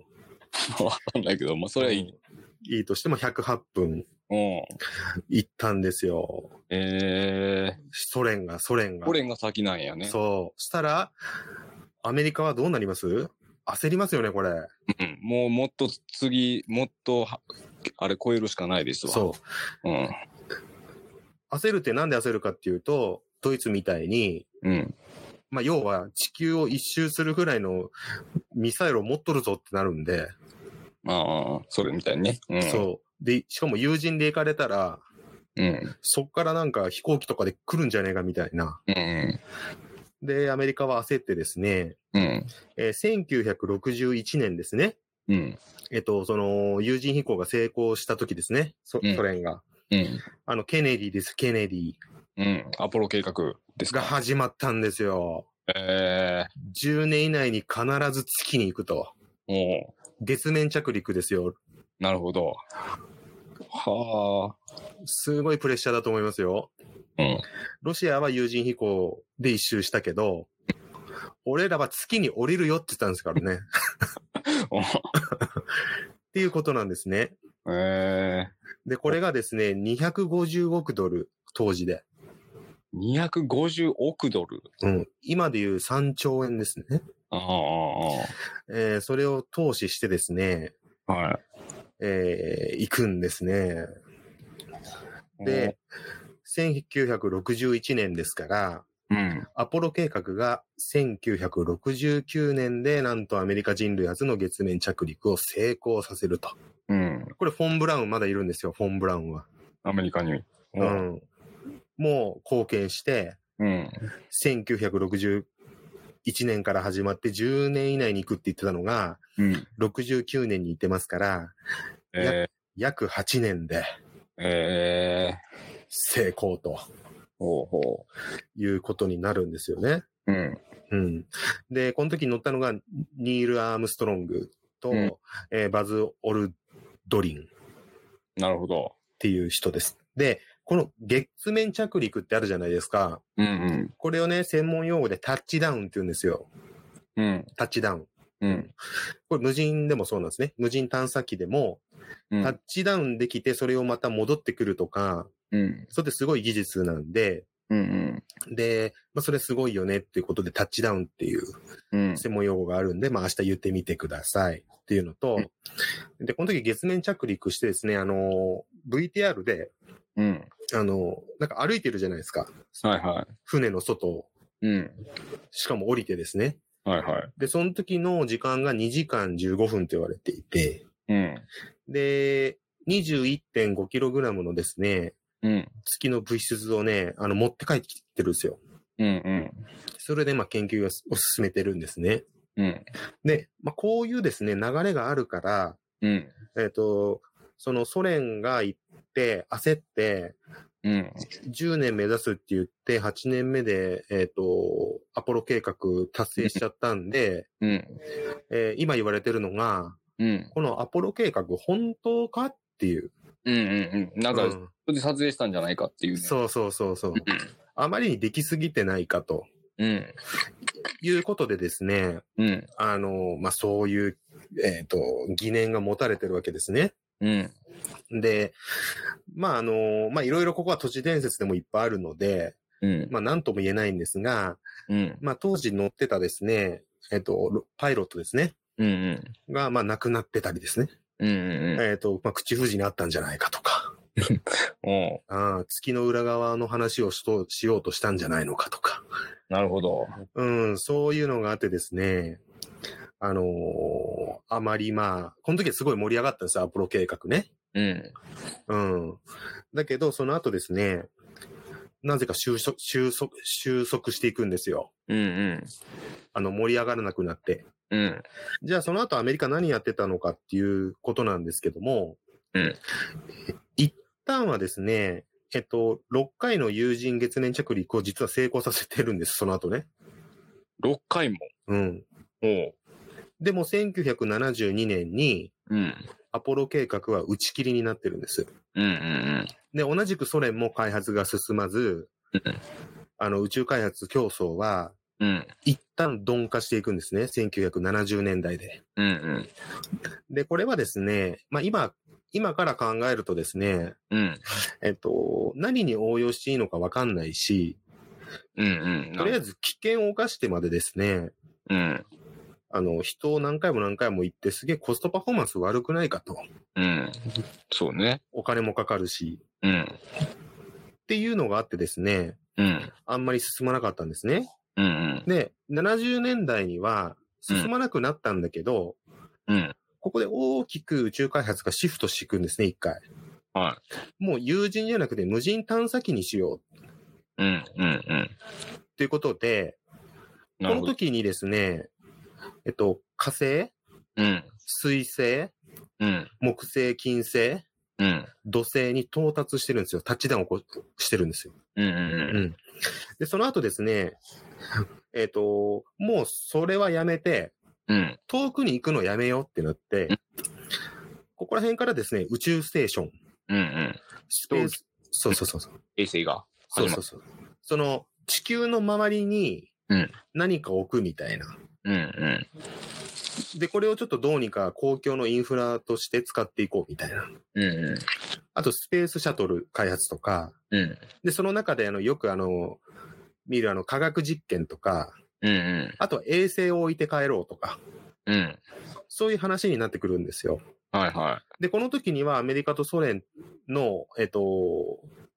C: かんないけど、まあ、それはいい。
B: うんいいとしても108分
C: うん。
B: 行ったんですよ。
C: え
B: ソ連が、ソ連
C: ー、
B: が。
C: これが先なんやね。
B: そう。したら、アメリカはどうなります焦りますよね、これ。
C: うん。もうもっと次、もっとは、あれ超えるしかないですわ。。
B: そう
C: うん。
B: う。焦るってなんで焦るかっていうと、ドイツみたいに、
C: うん。
B: まあ、要は地球を一周するぐらいのミサイルを持っとるぞってなるんで、
C: ああ、それみたいにね。うん。
B: そう。で、しかも友人で行かれたら、
C: う。うん。
B: そっからなんか飛行機とかで来るんじゃねえかみたいな。
C: うん。
B: で、アメリカは焦ってですね、
C: うん。
B: えー1961年ですね。
C: うん。
B: えっと、その、友人飛行が成功した時ですね。ソ
C: うん
B: ソ連が。
C: うん。
B: あの、ケネディです、ケネディ。
C: うん。アポロ計画です
B: が
C: か。
B: 始まったんですよ。
C: え
B: 10年以内に必ず月に行くと。
C: ー、も
B: 月面着陸ですよ。
C: う、なるほど。は
B: すごいプレッシャーだと思いますよ。
C: あ。うん。
B: ロシアは有人飛行で一周したけど、俺らは月に降りるよって言ったんですからね。 っていうことなんですね。
C: え
B: で、これがですね、250億ドル、当時で。
C: ー、250億ドル。
B: うん。今でいう3兆円ですね。
C: ああ、
B: えーそれを投資してですね、
C: ああは
B: えー行くんですね。
C: い。
B: で、、1961年ですから、
C: うん。
B: アポロ計画が1969年でなんとアメリカ人類初の月面着陸を成功させると。
C: うん。
B: これフォン・ブラウンまだいるんですよ、フォン・ブラウンは。
C: アメリカに。
B: う。ん。もう貢献して、
C: うん。
B: 1961年から始まって10年以内に行くって言ってたのが、
C: うん。
B: 69年に行ってますから、
C: えー、
B: 約8年で
C: え
B: 成功と。
C: ほうほ
B: いうことになるんですよね。
C: う。うん。
B: うん。で、この時に乗ったのが、ニール・アームストロングと、
C: うん
B: えーバズ・オルドリンっ
C: なるほど。
B: ていう人です。で、この月面着陸ってあるじゃないですか。
C: うんうん。
B: これをね、専門用語でタッチダウンって言うんですよ。
C: うん。
B: タッチダウン。
C: うん。
B: これ無人でもそうなんですね。無人探査機でも、
C: うん。
B: タッチダウンできて、それをまた戻ってくるとか、
C: うん。
B: それってすごい技術なんで、
C: うん。
B: で、まあ、それすごいよねっていうことでタッチダウンっていう
C: うん。
B: 専門用語があるんで、まあ明日言ってみてくださいっていうのと、で、この時月面着陸してですね、あの、VTR で、
C: うん。
B: あの、なんか歩いてるじゃないですか。
C: はいは
B: 船の外を、
C: い。うん。
B: しかも降りてですね。
C: はいはい。
B: で、その時の時間が2時間15分と言われていて、
C: うん。
B: で、21.5kg のですね、
C: うん。
B: 月の物質をね、あの、持って帰ってきてるんですよ。
C: うんうん。
B: それで、まあ、研究をすを進めてるんですね。
C: うん。
B: で、まあ、こういうですね、流れがあるから、
C: うん。
B: えっ、と、そのソ連が行って、焦って、
C: うん。
B: 10年目指すって言って、8年目で、えっ、と、アポロ計画達成しちゃったんで、
C: うん。
B: えー今言われてるのが、
C: うん。
B: このアポロ計画本当かっていう。
C: うん。うん。なんか、
B: う
C: それで撮影したんじゃないかっていう、ね。
B: そうそうそうそう。あまりにできすぎてないかと
C: うん。
B: いうことでですね、
C: うん。
B: あの、まあ、そういう、えっ、と、疑念が持たれてるわけですね。
C: うん。
B: で、まあ、あの、まあ、いろいろここは都市伝説でもいっぱいあるので、
C: うん。
B: まあ、なんとも言えないんですが、
C: うん。
B: まあ、当時乗ってたですね、えっと、ロパイロットですね、
C: うん。
B: が、まあ、亡くなってたりですね、
C: うん。
B: えっと、まあ、口封じにあったんじゃないかとか、
C: おう
B: ああ、月の裏側の話をしとしようとしたんじゃないのかとか、
C: なるほど。
B: うん、そういうのがあってですね、あのーあまりまあ、この時はすごい盛り上がったんですよ、アポロ計画ね。
C: うん。
B: うん。だけど、その後ですね、なぜか収束、収束、収束していくんですよ。
C: うんうん。
B: あの、盛り上がらなくなって。
C: うん。
B: じゃあ、その後アメリカ何やってたのかっていうことなんですけども、
C: うん
B: 一旦はですね、えっと、6回の有人月面着陸を実は成功させてるんです、その後ね。
C: 6回も。
B: うん。
C: おう。
B: でも、1972年に
C: うん。
B: アポロ計画は打ち切りになってるんです。
C: うんうん
B: で、同じくソ連も開発が進まず
C: うん、
B: あの、宇宙開発競争は、
C: うん。うん。
B: 一旦鈍化していくんですね。1970年代で。
C: うん
B: で、これはですね、まあ今、今から考えるとですね、
C: うん。うん。
B: えっと、何に応用していいのかわかんないし、
C: うんうん。
B: とりあえず危険を冒してまでですね、
C: うん。
B: あの、人を何回も何回も行ってすげえコストパフォーマンス悪くないかと。
C: うん。そうね。
B: お金もかかるし、
C: うん。
B: っていうのがあってですね、
C: うん。
B: あんまり進まなかったんですね。
C: うん
B: で、70年代には進まなくなったんだけど、
C: うん。うん。
B: ここで大きく宇宙開発がシフトしていくんですね、一回。
C: は
B: もう有人じゃなくて無人探査機にしよう
C: い。うんうんうん。
B: ということで、こ
C: なる
B: の
C: ほど。
B: 時にですね、えっと、火星、
C: うん。
B: 水星、
C: うん。
B: 木星、金星、
C: うん。
B: 土星に到達してるんですよ。タッチダウンをこうしてるんですよ。
C: うんうん
B: で、その後ですね、えっと、もうそれはやめて、
C: うん。うん。
B: 遠くに行くのやめようってなって
C: うん、
B: ここら辺からですね、宇宙ステーション、
C: うんうん。
B: スペース、そうそうそうそう。
C: 衛星が。
B: そうそうそう。その、地球の周りに
C: うん
B: 何か置くみたいな。
C: うんうん。
B: で、これをちょっとどうにか公共のインフラとして使っていこうみたいな。
C: うん
B: あと、スペースシャトル開発とか、
C: うん。うん
B: で、その中であの、よくあの、見るあの、科学実験とか、
C: うん
B: あとは衛星を置いて帰ろうとか、
C: うん。うん。
B: そういう話になってくるんですよ。
C: はいは
B: で、この時にはアメリカとソ連の、えっと、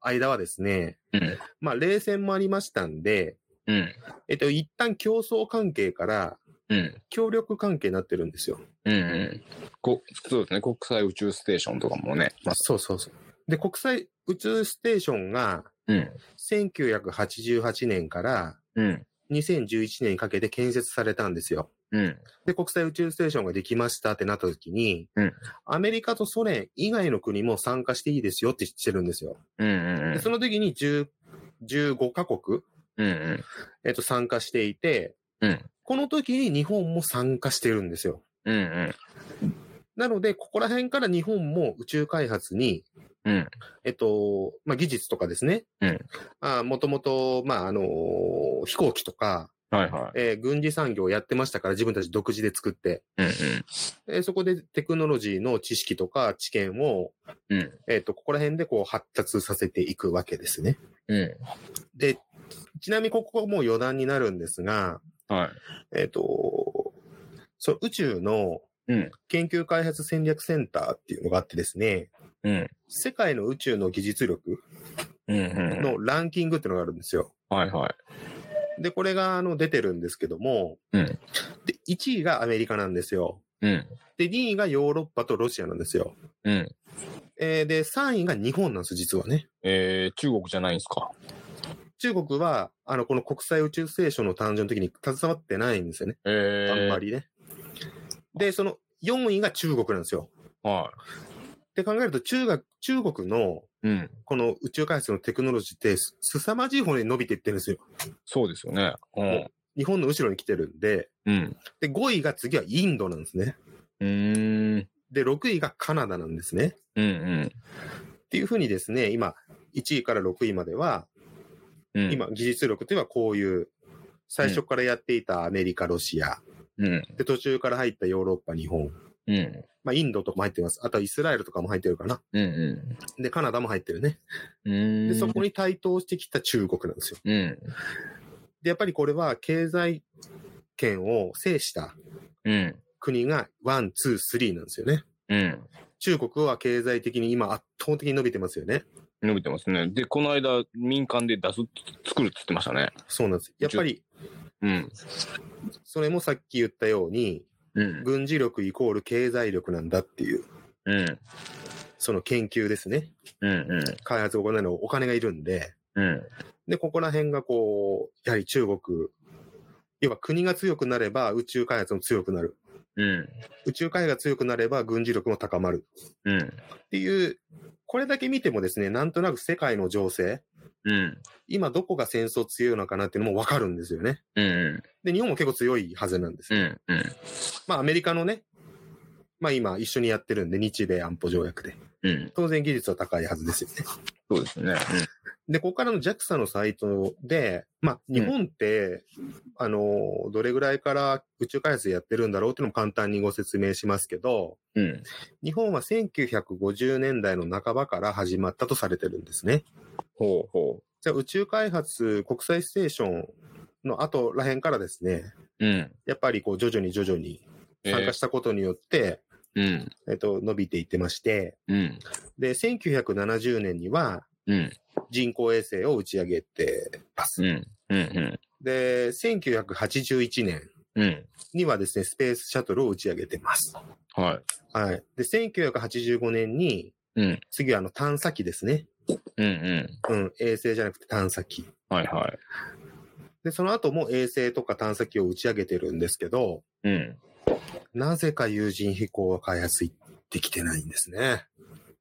B: 間はですね、
C: い。うん。
B: まあ、冷戦もありましたんで、
C: うん。
B: えっと、一旦競争関係から、
C: うん。
B: 協力関係になってるんですよ。
C: うんうん。こそうですね。国際宇宙ステーションとかもね。まあ、
B: そうそうそう。で、国際宇宙ステーションが
C: うん。
B: 1988年から
C: うん。
B: 2011年にかけて建設されたんですよ。
C: うん。
B: で、国際宇宙ステーションができましたってなった時に、
C: うん
B: アメリカとソ連以外の国も参加していいですよってしてるんですよ。
C: うん。うん。
B: でその時に10 15カ国、
C: うんうん。
B: えっと、参加していて、
C: うん
B: この時に日本も参加してるんですよ。
C: うんうん。
B: なので、ここら辺から日本も宇宙開発に、
C: うん
B: えっと、まあ、技術とかですね。
C: うん
B: あもともと、まあ、あのー飛行機とか、
C: はいはい。
B: えー軍事産業をやってましたから自分たち独自で作って、
C: うん
B: えーそこでテクノロジーの知識とか知見を、
C: うん。うん
B: えっ、と、ここら辺でこう発達させていくわけですね。
C: う
B: で、ちなみにここもう余談になるんですが、
C: ん。はい。
B: えっ、と、そう、宇宙の
C: うん
B: 研究開発戦略センターっていうのがあってですね、
C: うん。
B: 世界の宇宙の技術力
C: うんうん。
B: のランキングっていうのがあるんですよ。
C: はいはい。
B: で、これがあの出てるんですけども、
C: うん
B: で、1位がアメリカなんですよ。
C: うん。
B: で、2位がヨーロッパとロシアなんですよ。
C: うん。
B: えーで、3位が日本なんです、実はね。
C: えー、中国じゃないんですか
B: 中国は、あの、この国際宇宙ステーションの誕生の時に携わってないんですよね。
C: えー。
B: あんまりね。で、その4位が中国なんですよ。
C: は
B: って考えると、中学、中国の
C: い。うん。
B: この宇宙開発のテクノロジーってす、凄まじい方に伸びていってるんですよ。
C: そうですよね。うん。
B: 日本の後ろに来てるんで。
C: うん。
B: で、5位が次はインドなんですね。
C: うーん。
B: で、6位がカナダなんですね。
C: うんうん。
B: っていうふうにですね、今、1位から6位までは、
C: うん、
B: 今、技術力というのはこういう、最初からやっていたアメリカ、ロシア、
C: うん、
B: で、途中から入ったヨーロッパ、日本、
C: うん、
B: まあ、インドとかも入ってます。あとはイスラエルとかも入ってるかな。
C: うん、う
B: で、カナダも入ってるね。
C: ん。うん
B: で、そこに対等してきた中国なんですよ。
C: うん、
B: で、やっぱりこれは経済圏を制した
C: うん、
B: 国がワン、ツー、スリーなんですよね。
C: うん。
B: 中国は経済的に今圧倒的に伸びてますよね。
C: 伸びてますね。で、この間、民間で出す、作るって言ってましたね。
B: そうなんです。やっぱり、
C: うん、
B: それもさっき言ったように、
C: うん、
B: 軍事力イコール経済力なんだっていう、
C: うん、
B: その研究ですね。
C: うん、
B: 開発を行うのお金がいるんで、
C: うん、
B: で、ここら辺がこう、やはり中国、要は国が強くなれば宇宙開発も強くなる。
C: うん、
B: 宇宙開発が強くなれば軍事力も高まる。
C: うん、
B: っていう、これだけ見てもですね、なんとなく世界の情勢、
C: うん、
B: 今どこが戦争強いのかなっていうのもわかるんですよね。
C: うん、
B: で、日本も結構強いはずなんです。
C: うん、うん、
B: まあ、アメリカのね、まあ今一緒にやってるんで、日米安保条約で。
C: うん、
B: 当然技術は高いはずですよね。
C: そうですね。
B: で、ここからの JAXA のサイトで、まあ、
C: ん
B: 日本って、あの、どれぐらいから宇宙開発やってるんだろうっていうのも簡単にご説明しますけど、
C: うん、うん、
B: 日本は1950年代の半ばから始まったとされてるんですね。
C: ほうほ
B: じゃあ、宇宙開発国際ステーションの後らへんからですね、
C: う。うん、
B: やっぱりこう徐々に徐々に参加したことによって、
C: うん、
B: えっと、伸びていってまして、
C: うん、
B: で、1970年には
C: うん、
B: 人工衛星を打ち上げてます。
C: うん、うん、
B: で、1981年
C: うん、
B: にはですね、スペースシャトルを打ち上げてます。
C: は
B: はい。で、1985年に、
C: い。うん、
B: 次はあの探査機ですね。
C: うん、うん、
B: うん、衛星じゃなくて探査機。
C: はいはい。
B: で、その後も衛星とか探査機を打ち上げてるんですけど、
C: うん、
B: なぜか有人飛行は開発できてないんですね。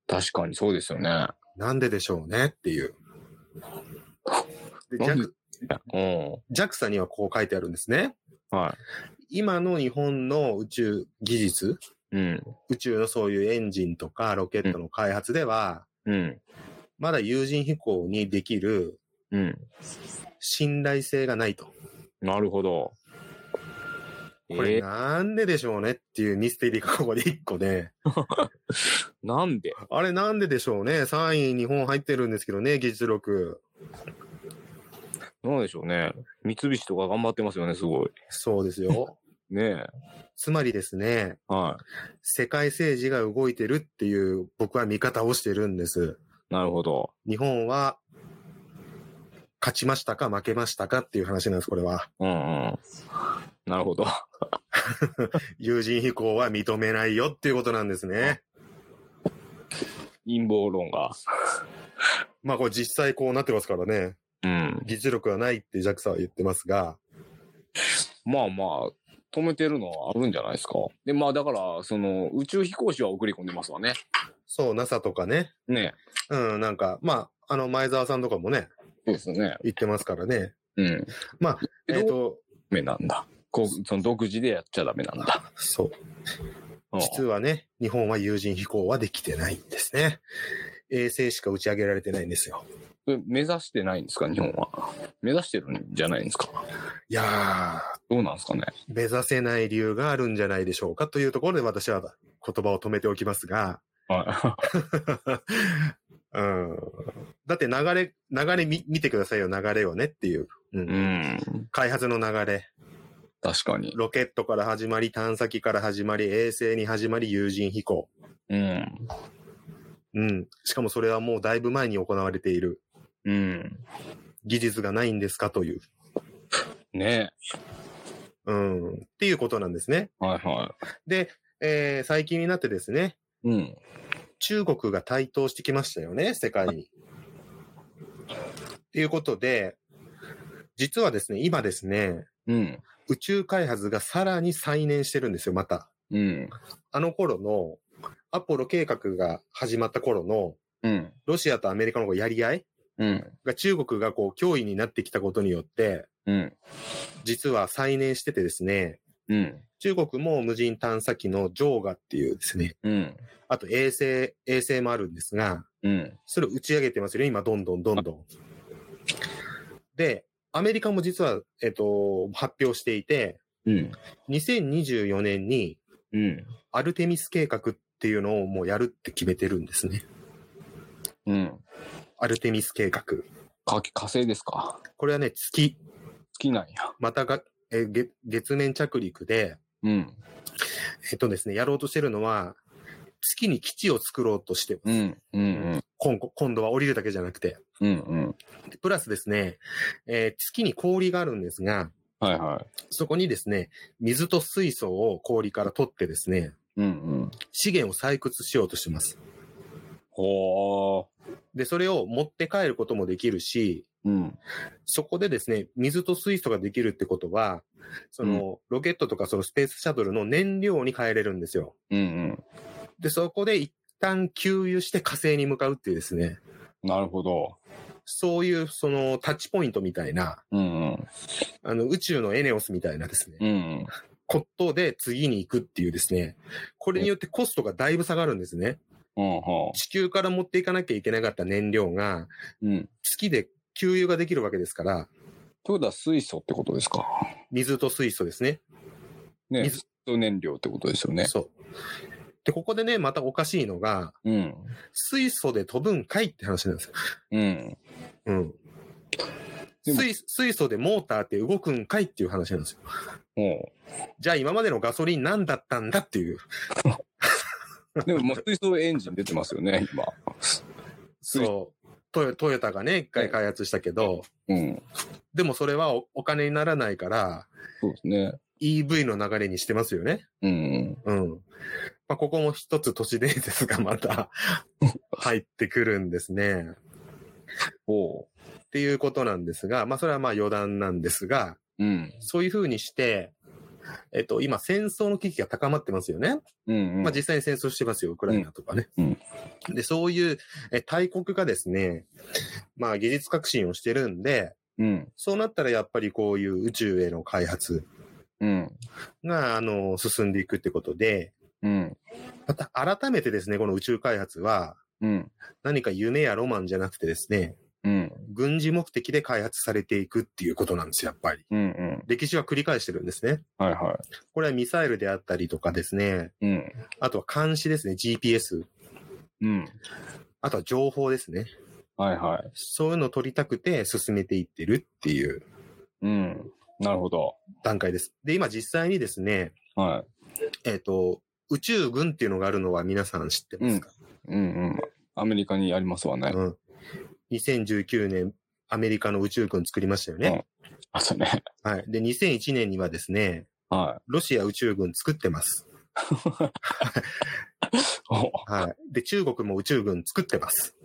C: 確かにそうですよね。
B: なんででしょうねっていう。で、
C: なんで
B: JAX-
C: うん。
B: JAXA にはこう書いてあるんですね。
C: は
B: 今の日本の宇宙技術、
C: い。うん。
B: 宇宙のそういうエンジンとかロケットの開発では、
C: うん。
B: まだ有人飛行にできる
C: うん。
B: 信頼性がないと。
C: なるほど。
B: こ
C: え
B: れ
C: ー
B: なんででしょうねっていうミステリーがここで1個で、
C: なんで
B: あれなんででしょうね ?3 位日本入ってるんですけどね、技術力。
C: なんでしょうね。三菱とか頑張ってますよね、すごい。
B: そうです よ。
C: ねえ。
B: つまりですね、
C: は
B: 世界政治が動いてるっていう僕は見方をしてるんです。
C: い。なるほど。
B: 日本は、勝ちましたか負けましたかっていう話なんです、これは。
C: うんうん。なるほど。
B: 有人飛行は認めないよっていうことなんですね。
C: 陰謀論が。
B: まあこれ実際こうなってますからね。
C: うん。
B: 技術力はないって JAXA は言ってますが、
C: まあまあ、止めてるのはあるんじゃないですか。で、まあだから、その、宇宙飛行士は送り込んでますわね。
B: そう、NASA とかね、
C: ね
B: うん、なんか、まあ、あの、前澤さんとかもね、
C: え。そうですよね。
B: 言ってますからね。
C: うん。
B: まあ、
C: けど
B: えっ、と、
C: ダメなんだ。こう、その独自でやっちゃダメなんだ。
B: そう。
C: うん
B: 実はね、日本は有人飛行はできてないんですね。衛星しか打ち上げられてないんですよ。
C: それ目指してないんですか、日本は。目指してるんじゃないんですか。
B: いや
C: どうなんですかね。
B: ー、目指せない理由があるんじゃないでしょうかというところで私は言葉を止めておきますが、
C: は
B: うん、だって流れ、流れ見見てくださいよ、流れをねっていう。う
C: い。
B: ん
C: うん。
B: 開発の流れ。
C: 確かに。
B: ロケットから始まり、探査機から始まり、衛星に始まり、有人飛行。
C: うん。
B: うん。しかもそれはもうだいぶ前に行われている。
C: うん。
B: 技術がないんですかという。
C: ね
B: うん。っていうことなんですね。
C: え。はいは
B: で、えー最近になってですね、
C: い。うん。
B: 中国が台頭してきましたよね、世界に。っていうことで、実はですね、今ですね、
C: うん。
B: 宇宙開発がさらに再燃してるんですよ、また。
C: うん。
B: あの頃の、アポロ計画が始まった頃の、
C: うん。
B: ロシアとアメリカのこうやり合い
C: うん。
B: が中国がこう脅威になってきたことによって、
C: うん。
B: 実は再燃しててですね、
C: うん。
B: 中国も無人探査機のジョーガっていうですね、
C: うん。
B: あと衛星、衛星もあるんですが、
C: うん。
B: それを打ち上げてますよね、今、どんどんどんどん。で、アメリカも実は、えっと、発表していて、
C: うん。
B: 2024年に
C: うん。
B: アルテミス計画っていうのをもうやるって決めてるんですね。
C: うん。
B: アルテミス計画。
C: か火星ですか。好
B: これはね、月、
C: きなんや。
B: またが、え月月面着陸で、
C: うん。
B: えっとですね、やろうとしてるのは、月に基地を作ろうとして、
C: うん。うん。
B: 今後今度は降りるだけじゃなくて。
C: うん。うん。うん。
B: でプラスですね、えー月に氷があるんですが、
C: はいは
B: そこにですね、水と水素を氷から取ってですね、
C: い。うん。うん。
B: 資源を採掘しようとしてます。
C: ほ
B: で、それを持って帰ることもできるし、
C: ー。うん。
B: そこでですね、水と水素ができるってことは、その、ロケットとかそのスペースシャトルの燃料に変えれるんですよ。
C: うん。うん。
B: で、そこで一旦給油して火星に向かうっていうですね、
C: なるほど。
B: そういうそのタッチポイントみたいな、
C: うん。
B: あの宇宙のエネオスみたいなですね、
C: うん。うん。
B: ことで次に行くっていうですね、これによってコストがだいぶ下がるんですね。
C: うん。ほ
B: 地球から持っていかなきゃいけなかった燃料が、
C: う。うん。って
B: 月で給油ができるわけですから、
C: ことは水素ってことですか。
B: 水と水素ですね。
C: ね。
B: 水
C: 水素燃料ってことですよね。
B: そう。で、ここでね、またおかしいのが、
C: うん。
B: 水素で飛ぶんかいって話なんですよ。
C: うん。
B: うん。
C: でも
B: 水水素でモーターって動くんかいっていう話なんですよ。
C: ほ
B: じゃあ今までのガソリン何だったんだっていう。
C: う。でも、まあ、水素エンジン出てますよね、今。水
B: そう。トヨトヨタがね、一回開発したけど、
C: うん。
B: でもそれはおお金にならないから、
C: そうですね。
B: EV の流れにしてますよね。
C: うん。
B: うん。まあ、ここも一つ都市伝説がま た入ってくるんですね。
C: ほ
B: っていうことなんですが、まあそれはまあ余談なんですが、
C: う。うん。
B: そういうふうにして、えっと、今戦争の危機が高まってますよね。
C: うん、うん。
B: まあ実際に戦争してますよ、ウクライナとかね。
C: うん
B: で、そういうえ大国がですね、まあ技術革新をしてるんで、
C: うん。
B: そうなったらやっぱりこういう宇宙への開発
C: うん。
B: が、あの、進んでいくってことで、
C: うん。
B: また改めてですね、この宇宙開発は、
C: うん。
B: 何か夢やロマンじゃなくてですね、
C: うん。
B: 軍事目的で開発されていくっていうことなんですよ、やっぱり。
C: うん。うん。
B: 歴史は繰り返してるんですね。
C: はいは
B: これはミサイルであったりとかですね、
C: い。うん。
B: あとは監視ですね、GPS、
C: うん。
B: あとは情報ですね。
C: はいはい。
B: そういうのを取りたくて進めていってるっていう
C: うん。なるほど。
B: 段階です。で、今実際にですね、
C: は
B: えっ、と、宇宙軍っていうのがあるのは皆さん知ってますか、
C: い。うんうん。アメリカにありますわね
B: う。ん、2019年、アメリカの宇宙軍作りましたよね。
C: あとね。
B: はい。で、2001年にはですね、
C: はい。
B: ロシア宇宙軍作ってます。
C: お
B: はい。で、中国も宇宙軍作ってます。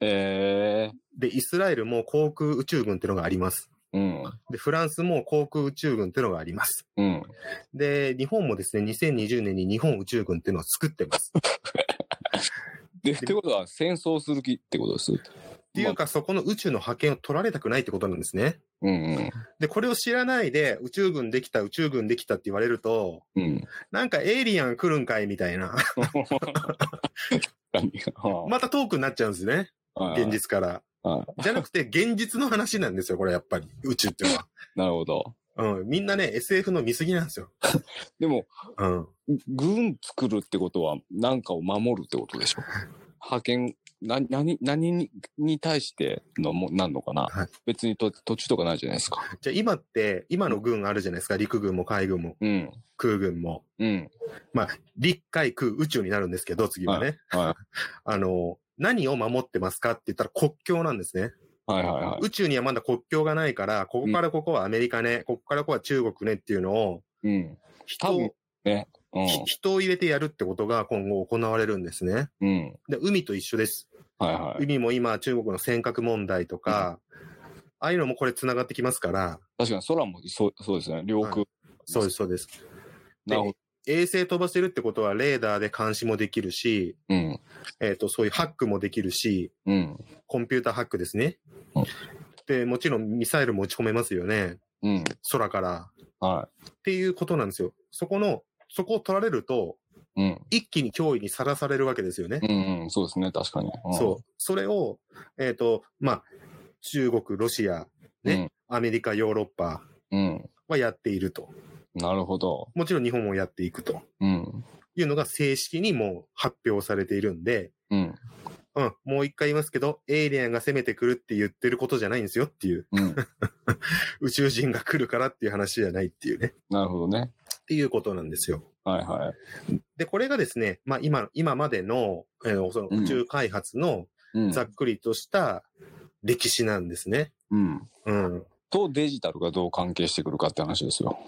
C: え
B: で、イスラエルも航空宇宙軍っていうのがあります。
C: えうん。
B: で、フランスも航空宇宙軍っていうのがあります。
C: うん。
B: で、日本もですね、2020年に日本宇宙軍っていうのを 作ってます。
C: で、ってことは戦争する気ってことです。
B: っていうか、そこの宇宙の覇権を取られたくないってことなんですね。
C: うん
B: で、これを知らないで、宇宙軍できた、宇宙軍できたって言われると、
C: う ん。うん。
B: なんかエイリアン来るんかいみたいな。またトークになっちゃうんですね。現実から。
C: はい。
B: じゃなくて、現実の話なんですよ、これやっぱり。宇宙っていうのは。
C: なるほど。
B: うん。みんなね、SF の見過ぎなんですよ。
C: でも、
B: うん。
C: 軍作るってことは、何かを守るってことでしょ派遣、な、何、何にに対してのも、なんのかな、
B: はい
C: 別にと土地とかないじゃないですか。
B: じゃあ今って、今の軍あるじゃないですか。陸軍も海軍も
C: うん。
B: 空軍も。
C: うん。
B: 陸海空宇宙になるんですけど、次はね。
C: は
B: あの、何を守ってますかって言ったら国境なんですね。
C: い。はいはいは
B: 宇宙にはまだ国境がないから、ここからここはアメリカね、ここからここは中国ねっていうのを、
C: い。うん。
B: 人
C: 多
B: を、
C: 分う
B: ひ人を入れてやるってことが今後行われるんですね。
C: ん。うん。
B: で、海と一緒です。
C: はいはい。
B: 海も今中国の尖閣問題とか、ああいうのもこれ繋がってきますから、
C: 確かに空もそうそうですね。領空。
B: そうです、そうです。
C: なるほど。
B: 衛星飛ばせるってことはレーダーで監視もできるし、
C: うん。
B: えっ、と、そういうハックもできるし、
C: うん。
B: コンピューターハックですね
C: うん。
B: で、もちろんミサイルも撃ち込めますよね。
C: うん。
B: 空から。
C: は
B: っていうことなんですよ。そこの、そこを取られると、
C: い。うん。
B: 一気に脅威にさらされるわけですよね。
C: うん、うん。そうですね。確かに。うん、
B: そう。それを、えっ、と、まあ、中国、ロシア、ね、アメリカ、ヨーロッパ
C: う。うん。
B: はやっていると。
C: なるほど。
B: もちろん日本もやっていくと
C: うん。
B: いうのが正式にもう発表されているんで、
C: うん。
B: うん、もう一回言いますけど、エイリアンが攻めてくるって言ってることじゃないんですよっていう、
C: うん。
B: 宇宙人が来るからっていう話じゃないっていうね、
C: なるほどね。
B: っていうことなんですよ。
C: はいはい。
B: で、これがですね、まあ今、今までの、えーその宇宙開発の
C: うん
B: ざっくりとした歴史なんですね。
C: うん。
B: うん。っ
C: とデジタルがどう関係してくるかって話ですよ。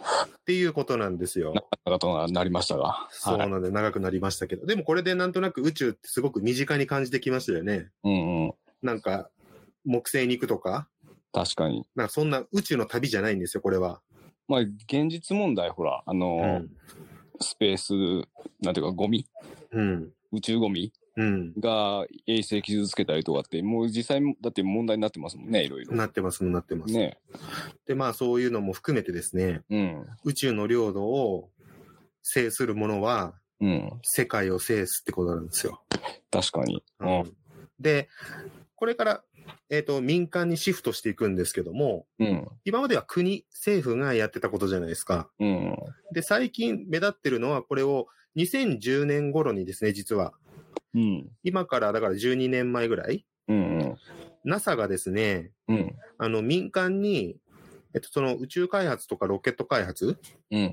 B: ていうことなんですよ。
C: なかなりましたが。
B: そう
C: は。
B: ないんで長くなりましたけど、でもこれでなんとなく宇宙ってすごく身近に感じてきましたよね。
C: うんうん。
B: なんか、木星に行くとか、
C: 確かに。
B: なんかそんな宇宙の旅じゃないんですよ、これは。
C: まあ、現実問題、ほら、あ
B: う
C: の、
B: ん。
C: スペース、なんていうか、ゴミ
B: うん。
C: 宇宙ゴミ
B: うん。
C: が衛星傷つけたりとかって、もう実際、だって問題になってますもんね、いろいろ。
B: なってますもん、なってます。
C: ね。
B: で、まあそういうのも含めてですね、
C: うん。
B: 宇宙の領土を制するものは
C: うん。
B: 世界を制すってことなんですよ。
C: 確かに。う
B: うんん。で、これから、えっ、と、民間にシフトしていくんですけども、
C: うん。
B: 今までは国、政府がやってたことじゃないですか。
C: うん。
B: で、最近目立ってるのは、これを2010年頃にですね、実は、
C: うん。
B: 今からだから12年前ぐらい、
C: うん。
B: NASA がですね、
C: うん。
B: あの、民間に、えっと、その宇宙開発とかロケット開発、
C: うん。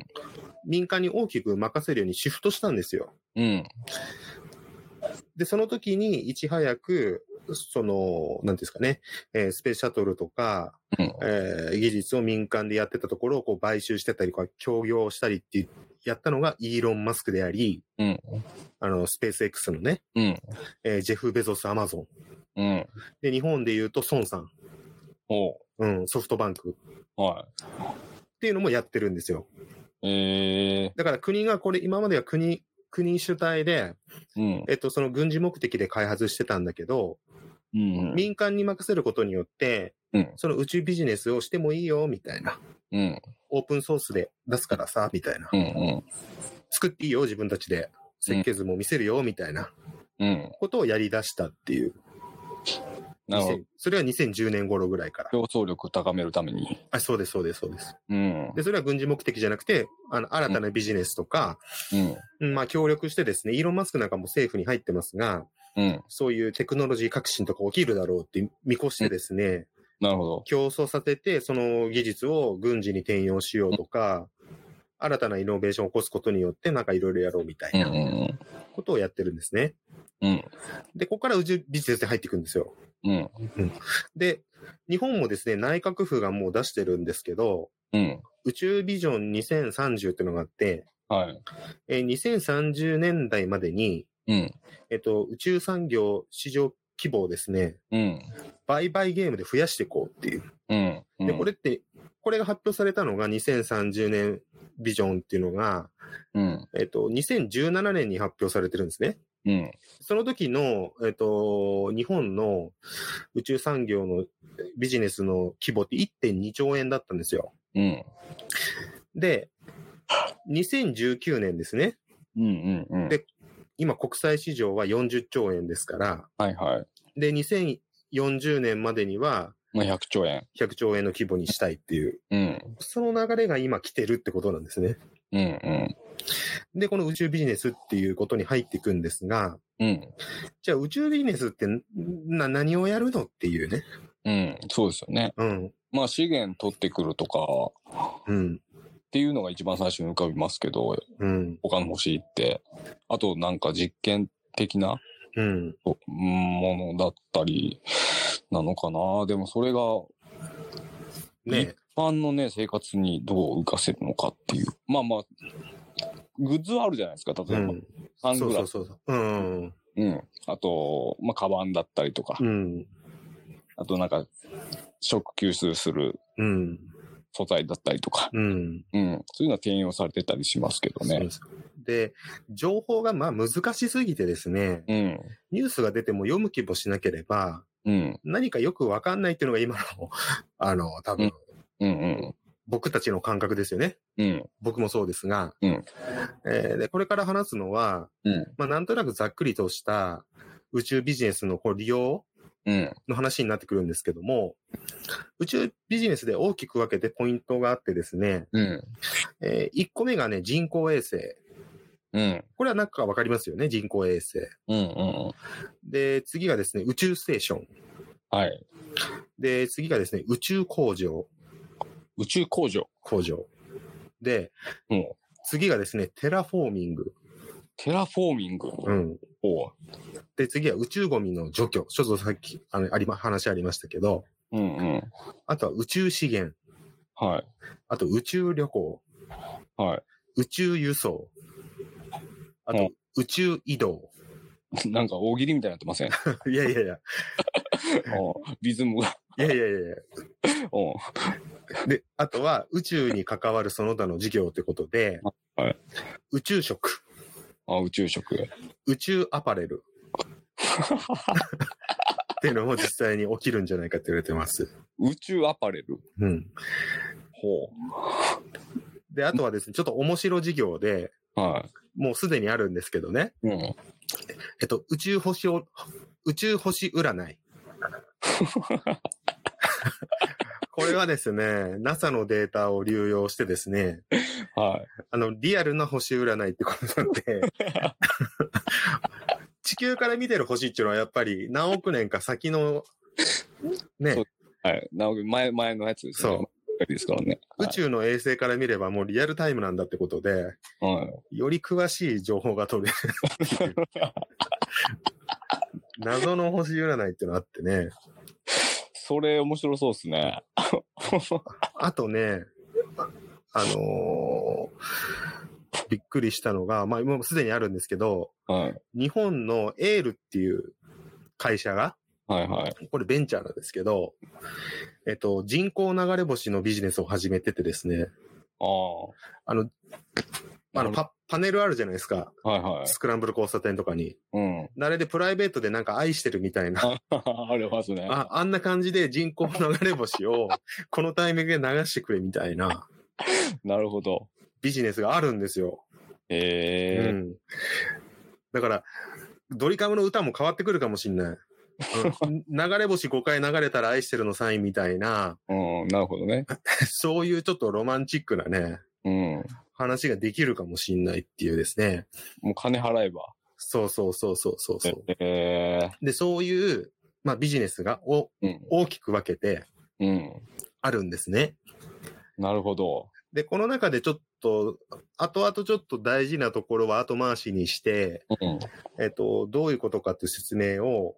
B: 民間に大きく任せるようにシフトしたんですよ。
C: うん。
B: で、その時にいち早く、その、なんていうんですかね、えースペースシャトルとか、
C: うん
B: えー技術を民間でやってたところをこう買収してたりとか、協業したりってやったのがイーロン・マスクであり、
C: うん。
B: あの、スペース X のね、
C: うん。
B: えージェフ・ベゾス・アマゾン。
C: うん。
B: で、日本で言うと孫さん、
C: おう
B: うん、ソフトバンクっ
C: は
B: ていうのもやってるんですよ。
C: い。え
B: だから国がこれ、今までは国、国主体で、
C: ー。うん。
B: えっと、その軍事目的で開発してたんだけど、
C: うん。
B: 民間に任せることによって、
C: うん
B: その宇宙ビジネスをしてもいいよ、みたいな。
C: うん。
B: オープンソースで出すからさ、みたいな。
C: うん。うん。
B: 作っていいよ、自分たちで。設計図も見せるよ、みたいな
C: うん。
B: ことをやり出したっていう。
C: なるほど
B: 2000。それは2010年頃ぐらいから。
C: 競争力高めるために。
B: あ、そうです、そうです、そうです。
C: うん。
B: で、それは軍事目的じゃなくて、あの、新たなビジネスとか、
C: うん。
B: うんまあ、協力してですね、イーロン・マスクなんかも政府に入ってますが、
C: うん。
B: そういうテクノロジー革新とか起きるだろうって見越してですね、
C: なるほど。
B: 競争させて、その技術を軍事に転用しようとか、新たなイノベーションを起こすことによって、なんかいろいろやろうみたい
C: うん。う。
B: なんことをやってるんですね。
C: うん。
B: で、ここから宇宙ビジネスに入っていくんですよ。
C: うん。
B: で、日本もですね、内閣府がもう出してるんですけど、
C: うん。
B: 宇宙ビジョン2030っていうのがあって、
C: はい。
B: えー2030年代までに、
C: うん。
B: えっと、宇宙産業市場規模をですね、
C: うん。
B: 売買ゲームで増やしていこうっていう。
C: うん。
B: で、これって、これが発表されたのが2030年ビジョンっていうのが、
C: うん。
B: えっと、2017年に発表されてるんですね。
C: うん。
B: その時の、えっ、と、日本の宇宙産業のビジネスの規模って1.2兆円だったんですよ。
C: うん。
B: で、2019年ですね。
C: うんうんうん。
B: で今国際市場は40兆円ですから、
C: はいはい。
B: で、2040年までには
C: まあ、100兆円。
B: 100兆円の規模にしたいっていう、
C: うん。
B: その流れが今来てるってことなんですね。
C: うんうん。
B: で、この宇宙ビジネスっていうことに入っていくんですが、
C: うん。
B: じゃあ宇宙ビジネスってな何をやるのっていうね。
C: うん。そうですよね。
B: うん。
C: まあ、資源取ってくるとかっ
B: うん。
C: ていうのが一番最初に浮かびますけど、
B: うん。
C: 他の星行って。あと、なんか実験的な
B: うん。
C: ものだったりなのかな。でも、それが
B: ね
C: 一般のね、生活にどう浮かせるのかっていう。まあまあ、グッズはあるじゃないですか。例え
B: う
C: ば、
B: ん。
C: サン
B: そ
C: グ
B: うそ
C: ラ
B: う
C: ス。
B: そうそう。うん。
C: うん。あと、まあ、カバンだったりとか、
B: うん。
C: あとなんか、食吸収する
B: うん。
C: 素材だったりとか、
B: うん。
C: うん。そういうのは転用されてたりしますけど
B: そう
C: ね
B: で。すで、情報がまあ難しすぎてですね、
C: うん。
B: ニュースが出ても読む気もしなければ、
C: うん。
B: 何かよくわかんないっていうのが今の、 あの、多
C: う
B: 分
C: ん、うん。
B: 僕たちの感覚ですよね。
C: うん。うん。
B: 僕もそうですが、
C: うん
B: えーでこれから話すのは、
C: うん。
B: まあ、なんとなくざっくりとした宇宙ビジネスのこう利用
C: うん。
B: の話になってくるんですけども、宇宙ビジネスで大きく分けてポイントがあってですね、
C: うん。
B: え1個目がね、人工衛星。
C: うん。
B: これはなんかわかりますよね、人工衛星。
C: うん。うん。
B: で、次がですね、宇宙ステーション。
C: はい。
B: で、次がですね、宇宙工場。
C: 宇宙工場。
B: 工場。で、
C: うん。
B: 次がですね、テラフォーミング。
C: テラフォーミング。
B: うん。
C: おう
B: で、次は宇宙ゴミの除去。ちょっとさっき、あの、ありま、話ありましたけど、
C: うん。うん。
B: あとは宇宙資源、
C: はい。
B: あと宇宙旅行、
C: は
B: 宇宙輸送、あ
C: う
B: と
C: ん
B: 宇宙移動。
C: い。 なんか大喜利みたいになってません
B: いやいやいや、
C: おうリズムが。
B: いやいやいやい
C: おう
B: や。で、あとは宇宙に関わるその他の事業ってことで、
C: はい
B: 宇宙食、
C: あ、宇宙食。
B: 宇宙アパレ ル。っていうのも実際に起きるんじゃないかって言われてます。
C: 宇宙アパレル。
B: うん。
C: ほ
B: で、あとはですね、ちょっと面白事業で、
C: う。は
B: もうすでにあるんですけどね。
C: い。うん。
B: えっと、宇宙星を、宇宙星占い。これはですね、NASA のデータを流用してですね、
C: は
B: あの、リアルな星占いってことなんで、地球から見てる星っていうのはやっぱり何億年か先の、ね、
C: い。はい。なお前、前のやつですね。。
B: そう
C: ですからね。
B: 宇宙の衛星から見ればもうリアルタイムなんだってことで、
C: はい。
B: より詳しい情報が取れる。謎の星占いっていうのあってね、
C: それ面白そうですね。
B: あとね、あのーびっくりしたのが、まあ、もうすでにあるんですけど、
C: はい。
B: 日本のエールっていう会社が、
C: はいはい。
B: これベンチャーなんですけど、えっと、人工流れ星のビジネスを始めててですね、あ
C: ああ。
B: の、あの
C: なる
B: パパネルあるじゃないですか。
C: はいはい。
B: スクランブル交差点とかに。
C: うん。
B: あれでプライベートでなんか愛してるみたいな。
C: ありますね。
B: ああんな感じで人工流れ星をこのタイミングで流してくれみたいな
C: なるほど。
B: ビジネスがあるんですよ。う
C: ええ
B: ん、だから、ドリカムの歌も変わってくるかもしんない。うん流れ星5回流れたら愛してるのサインみたいな、
C: うん。なるほどね。
B: そういうちょっとロマンチックなね、
C: うん。
B: 話ができるかもしんないっていうですね。
C: もう金払えば。
B: そうそうそうそうそうそ
C: ええ
B: う。で、そういう、まあ、ビジネスがお
C: うん。
B: 大きく分けて
C: うん。
B: あるんですね。
C: なるほど。
B: で、この中でちょっと、後々ちょっと大事なところは後回しにして、
C: うん。
B: えっと、どういうことかっていう説明を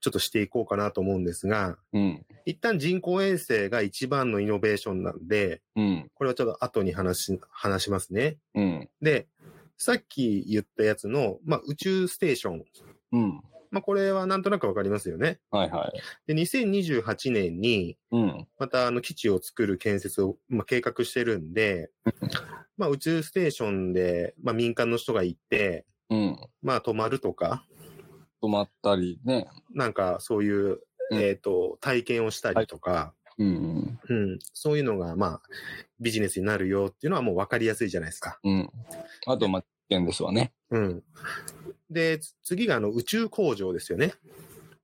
B: ちょっとしていこうかなと思うんですが、
C: うん。
B: 一旦人工衛星が一番のイノベーションなんで、
C: うん。
B: これはちょっと後に話し、話しますね。
C: うん。
B: で、さっき言ったやつの、まあ、宇宙ステーション。
C: うん。
B: まあ、これはなんとなくわかりますよね。
C: はいはい。
B: で、2028年に、
C: うん。
B: またあの基地を作る建設を、まあ、計画してるんで、まあ、宇宙ステーションで、まあ、民間の人が行って、
C: うん。
B: まあ、泊まるとか、
C: 止まったりね。
B: なんかそういう、
C: うん
B: えっ、と、体験をしたりとか、
C: うん。
B: うん、そういうのが、まあ、ビジネスになるよっていうのはもう分かりやすいじゃないですか。
C: うん。あと、まあ、実験ですわね。
B: うん。で、つ次が、あの、宇宙工場ですよね。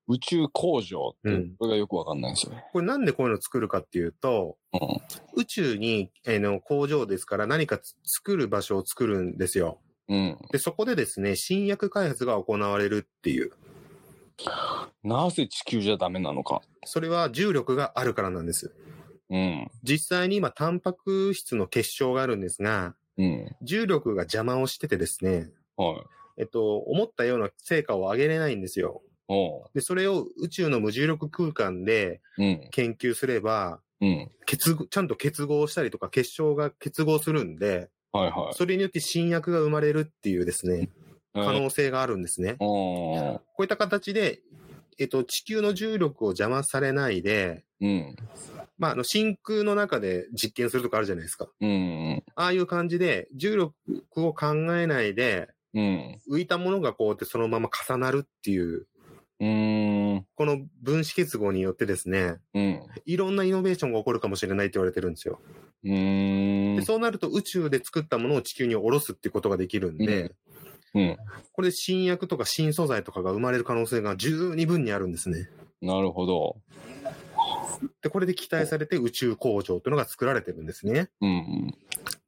C: 宇宙工場って、
B: うん
C: これがよくわかんないんですよね。
B: これなんでこういうの作るかっていうと、
C: うん。
B: 宇宙に、えーの工場ですから何かつ作る場所を作るんですよ。
C: うん。
B: で、そこでですね、新薬開発が行われるっていう。
C: なぜ地球じゃダメなのか。
B: それは重力があるからなんです。
C: うん。
B: 実際に今、タンパク質の結晶があるんですが、
C: うん。
B: 重力が邪魔をしててですね、
C: は
B: え
C: い。
B: っと、思ったような成果を上げれないんですよ。
C: おう。
B: で、それを宇宙の無重力空間で
C: うん。
B: 研究すれば、
C: うん。
B: 結合、ちゃんと結合したりとか結晶が結合するんで、
C: はいはい。
B: それによって新薬が生まれるっていうですね、可能性があるんですね。こ
C: 能。
B: ういった形で、えっと、地球の重力を邪魔されないで、
C: うん。
B: まあ、あの、真空の中で実験するとかあるじゃないですか。
C: うん。
B: ああいう感じで、重力を考えないで、
C: うん。
B: 浮いたものがこうやってそのまま重なるっていう、
C: うん。
B: この分子結合によってですね、
C: うん。
B: いろんなイノベーションが起こるかもしれないって言われてるんですよ。
C: うん
B: で、。そうなると宇宙で作ったものを地球に下ろすっていうことができるんで、
C: うんうん。
B: これ新薬とか新素材とかが生まれる可能性が十二分にあるんですね。
C: なるほど。
B: で、これで期待されて宇宙工場というのが作られてるんですね。
C: うん。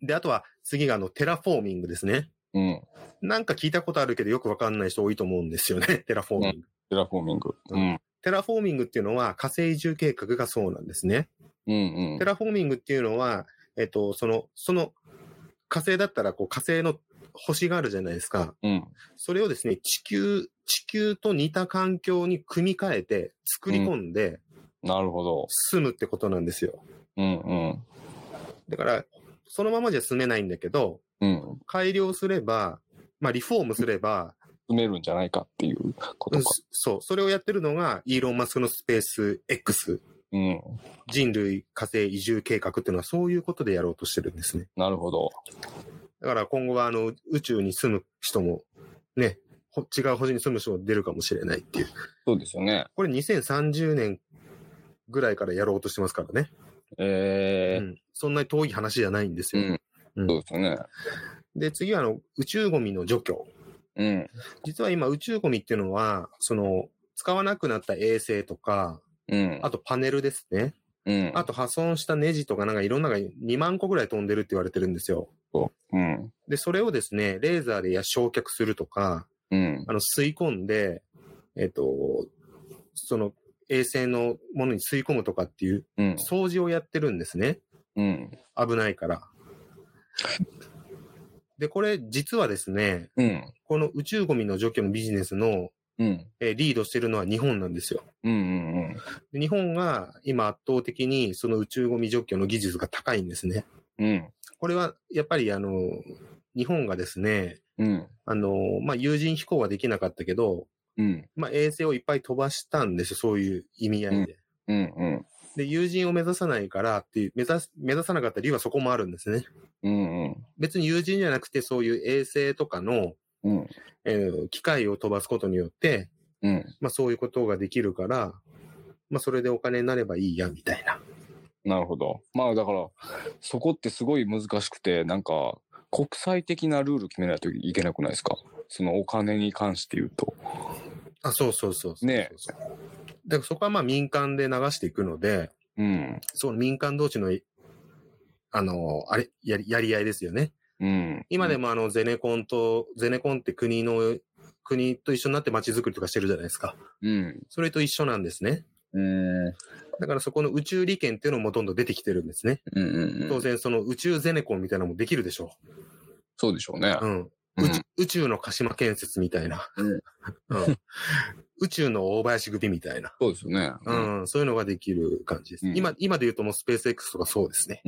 B: で、あとは次があのテラフォーミングですね。
C: うん。
B: なんか聞いたことあるけどよくわかんない人多いと思うんですよね。 テラフォーミング。
C: テラフォーミング。うん。
B: テラフォーミングっていうのは火星移住計画がそうなんですね。
C: うん。
B: テラフォーミングっていうのは、えっと、その、その火星だったらこう火星の星があるじゃないですか。
C: うん。
B: それをですね、地球、地球と似た環境に組み替えて作り込んで
C: なるほど。
B: 住むってことなんですよ。
C: うん。うん。
B: だから、そのままじゃ住めないんだけど、
C: うん。
B: 改良すれば、まあ、リフォームすれば、
C: 埋めるんじゃないかっていうこと
B: うん
C: か。
B: そう、それをやってるのが、イーロン・マスクのスペース X、
C: うん。
B: 人類火星移住計画っていうのは、そういうことでやろうとしてるんですね。
C: なるほど。
B: だから今後は、あの、宇宙に住む人も、ね、ほ違う星に住む人も出るかもしれないっていう。
C: そうですよね。
B: これ2030年ぐらいからやろうとしてますからね。う
C: え
B: ん、そんなに遠い話じゃないんです
C: え。う
B: よ。
C: ん。そうですよね。
B: で、次は、あの、宇宙ゴミの除去。
C: うん。
B: 実は今宇宙ゴミっていうのは、その、使わなくなった衛星とか、
C: うん。
B: あとパネルですね。
C: うん。
B: あと破損したネジとかなんかいろんなのが2万個ぐらい飛んでるって言われてるんですよ。
C: と。うん。
B: で、それをですね、レーザーでや焼却するとか、
C: うん。
B: あの、吸い込んで、えっと、その、衛星のものに吸い込むとかっていう
C: うん。
B: 掃除をやってるんですね。
C: うん。
B: 危ないから。で、これ実はですね、
C: うん。
B: この宇宙ゴミの除去のビジネスの、
C: うん。
B: えーリードしてるのは日本なんですよ。
C: うん。うん。
B: で日本が今圧倒的にその宇宙ゴミ除去の技術が高いんですね。
C: うん。
B: これはやっぱりあの、日本がですね、
C: うん。
B: あの、まあ、有人飛行はできなかったけど、
C: うん。
B: まあ、衛星をいっぱい飛ばしたんですよ、そういう意味合いで。
C: うん。うん。
B: で、有人を目指さないからっていう、目指す、目指さなかった理由はそこもあるんですね。
C: うん。
B: 別に有人じゃなくて、そういう衛星とかの、
C: うん。
B: えー機械を飛ばすことによって、
C: うん。
B: まあ、そういうことができるから、まあ、それでお金になればいいや、みたいな。
C: なるほど。まあだから、そこってすごい難しくて、なんか、国際的なルール決めないといけなくないですかそのお金に関して言うと。
B: あ、そうそうそうそう
C: ねえ
B: そうそうだからそこはまあ民間で流していくので、
C: うん。
B: その民間同士の、あの、あれ、やり、やり合いですよね。
C: うん。
B: 今でもあの、ゼネコンと、ゼネコンって国の、国と一緒になって街づくりとかしてるじゃないですか。
C: うん。
B: それと一緒なんですね。
C: うん。うん。
B: だからそこの宇宙利権っていうのもどんどん出てきてるんですね。
C: うん。う
B: 当
C: ん。
B: 然その宇宙ゼネコンみたいなのもできるでしょ
C: そうでしょうね
B: う。う。ん。
C: う
B: 宇
C: ん
B: 宙宇宙の鹿島建設みたいな。
C: うん
B: うん宇宙の大林組みたいな。
C: そうですよね。
B: うん、そういうのができる感じです。
C: うん
B: 今、今で言うともうスペース X とかそうですね。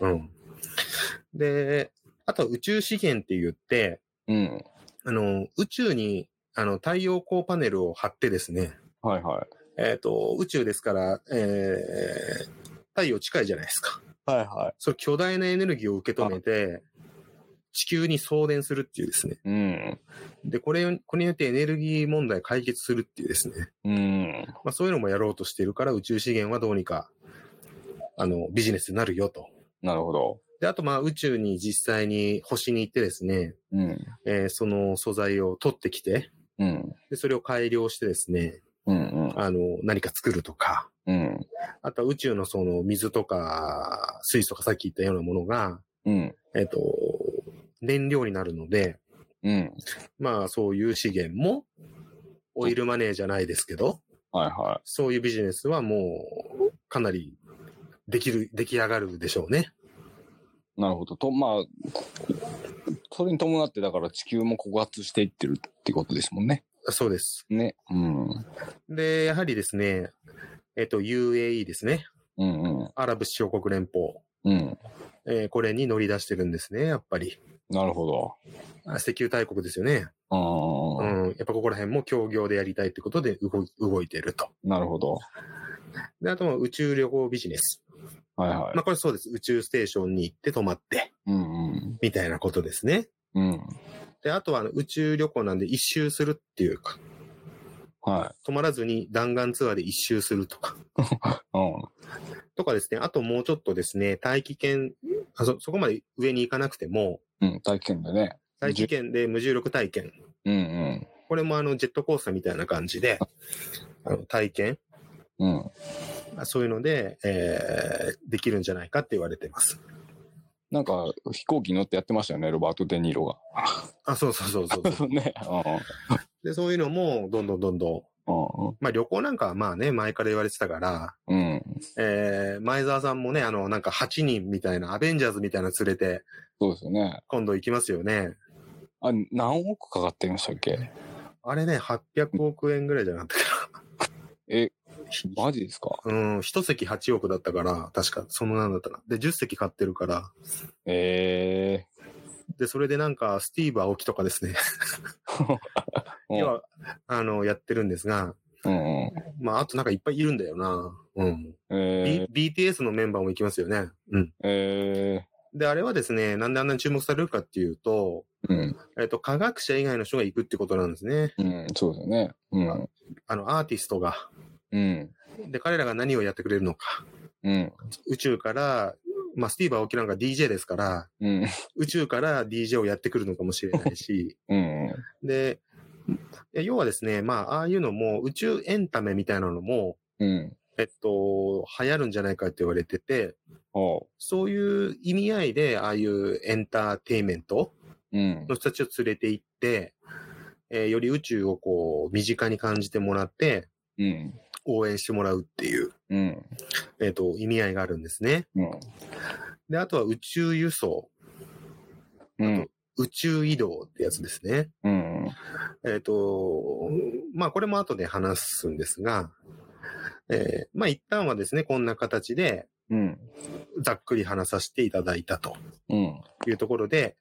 C: うん。
B: うん。で、あとは宇宙資源って言って、
C: うん。
B: あの、宇宙に、あの、太陽光パネルを張ってですね、
C: はいは
B: えっ、と、宇宙ですから、えー、太陽近いじゃないですか。
C: い。はいは
B: それ巨大なエネルギーを受け止めて、地球に送電するっていうですね。
C: うん。
B: で、これ、これによってエネルギー問題解決するっていうですね。
C: うん。
B: まあそういうのもやろうとしているから宇宙資源はどうにか、あの、ビジネスになるよと。
C: なるほど。
B: で、あとまあ宇宙に実際に星に行ってですね、
C: うん。
B: えーその素材を取ってきて、
C: うん。
B: で、それを改良してですね、
C: うん。
B: あの、何か作るとか、
C: うん。
B: あとは宇宙のその水とか水素とかさっき言ったようなものが、
C: うん。
B: えっ、と、燃料になるので、
C: うん。
B: まあそういう資源も、オイルマネーじゃないですけど、
C: はいは
B: そういうビジネスはもう、かなり、できる、出来上がるでしょうね。
C: い。なるほど。と、まあ、それに伴って、だから地球も枯渇していってるってことですもんね。
B: そうです。
C: ね。うん。うん
B: で、やはりですね、えっと、UAE ですね。
C: うん。
B: アラブ首長国連邦。
C: うん。
B: えーこれに乗り出してるんですね、やっぱり。
C: なるほ
B: あ石油大国ですよね。
C: ど。
B: う
C: うん。
B: ん。やっぱここら辺も協業でやりたいってことで動い動いてると。
C: なるほど。
B: で、あとは宇宙旅行ビジネス。
C: はいは
B: まあこれそうです。宇宙ステーションに行って泊まって、
C: い。うんうん。
B: みたいなことですね。
C: うん。
B: で、あとはあの宇宙旅行なんで一周するっていうか、
C: は
B: 泊まらずに弾丸ツアーで一周するとか。
C: い。うん。
B: とかですね、あともうちょっとですね、大気圏、あそそこまで上に行かなくても、
C: うん、大気圏でね。
B: 大気圏で無重力体験。
C: うん
B: これもあのジェットコースターみたいな感じで、あの体験、
C: うん。うん。
B: そういうので、えーできるんじゃないかって言われてます。
C: なんか、飛行機乗ってやってましたよね、ロバート・デ・ニーロ
B: あ、そうそうそうそうそ
C: が。 ね。
B: う。で、そういうのも、どんどんどんどん、
C: う
B: まあ旅行なんかはまあね、前から言われてたから、
C: ん。うん。うん。
B: えー前澤さんもね、あの、なんか8人みたいな、アベンジャーズみたいなの連れて、
C: そうですよね。
B: 今度行きますよね。
C: あ、何億かかってましたっけ
B: あれね、800億円ぐらいじゃなかったかな。
C: え、マジですか
B: うん、一席8億だったから、確か、そのなんだったな。で、10席買ってるから、
C: え
B: で、それでなんか、スティーブ・アオキとかですね、
C: え
B: 要は、あの、やってるんですが、
C: うんうん。
B: まあ、あとなんかいっぱいいるんだよな。うん。
C: え
B: B、BTS のメンバーも行きますよね。うん。
C: ー、え
B: で、あれはですね、なんであんなに注目されるかっていうと、
C: ー、うん。
B: えっと、科学者以外の人が行くってことなんですね。
C: うん、そうですよね。うん。
B: あの、アーティストが。
C: うん。
B: で、彼らが何をやってくれるのか。
C: うん。
B: 宇宙から、まあ、スティーブ・アオキなんか DJ ですから、
C: うん。
B: 宇宙から DJ をやってくるのかもしれないし、
C: うん。
B: で、いや要はですね、まあ、ああいうのも、宇宙エンタメみたいなのも、
C: うん。
B: えっと、流行るんじゃないかって言われてて、
C: ほ
B: そういう意味合いで、ああいうエンターテインメント
C: う。うん
B: の。人たちを連れて行って、えーより宇宙をこう、身近に感じてもらって、
C: うん。
B: 応援してもらうっていう、
C: うん。
B: えっ、と、意味合いがあるんですね。
C: うん。
B: で、あとは宇宙輸送、
C: うん。
B: 宇宙移動ってやつですね。
C: うん。
B: えっ、と、まあこれも後で話すんですが、えーまあ一旦はですね、こんな形で
C: うん。
B: ざっくり話させていただいたと
C: うん。
B: いうところで、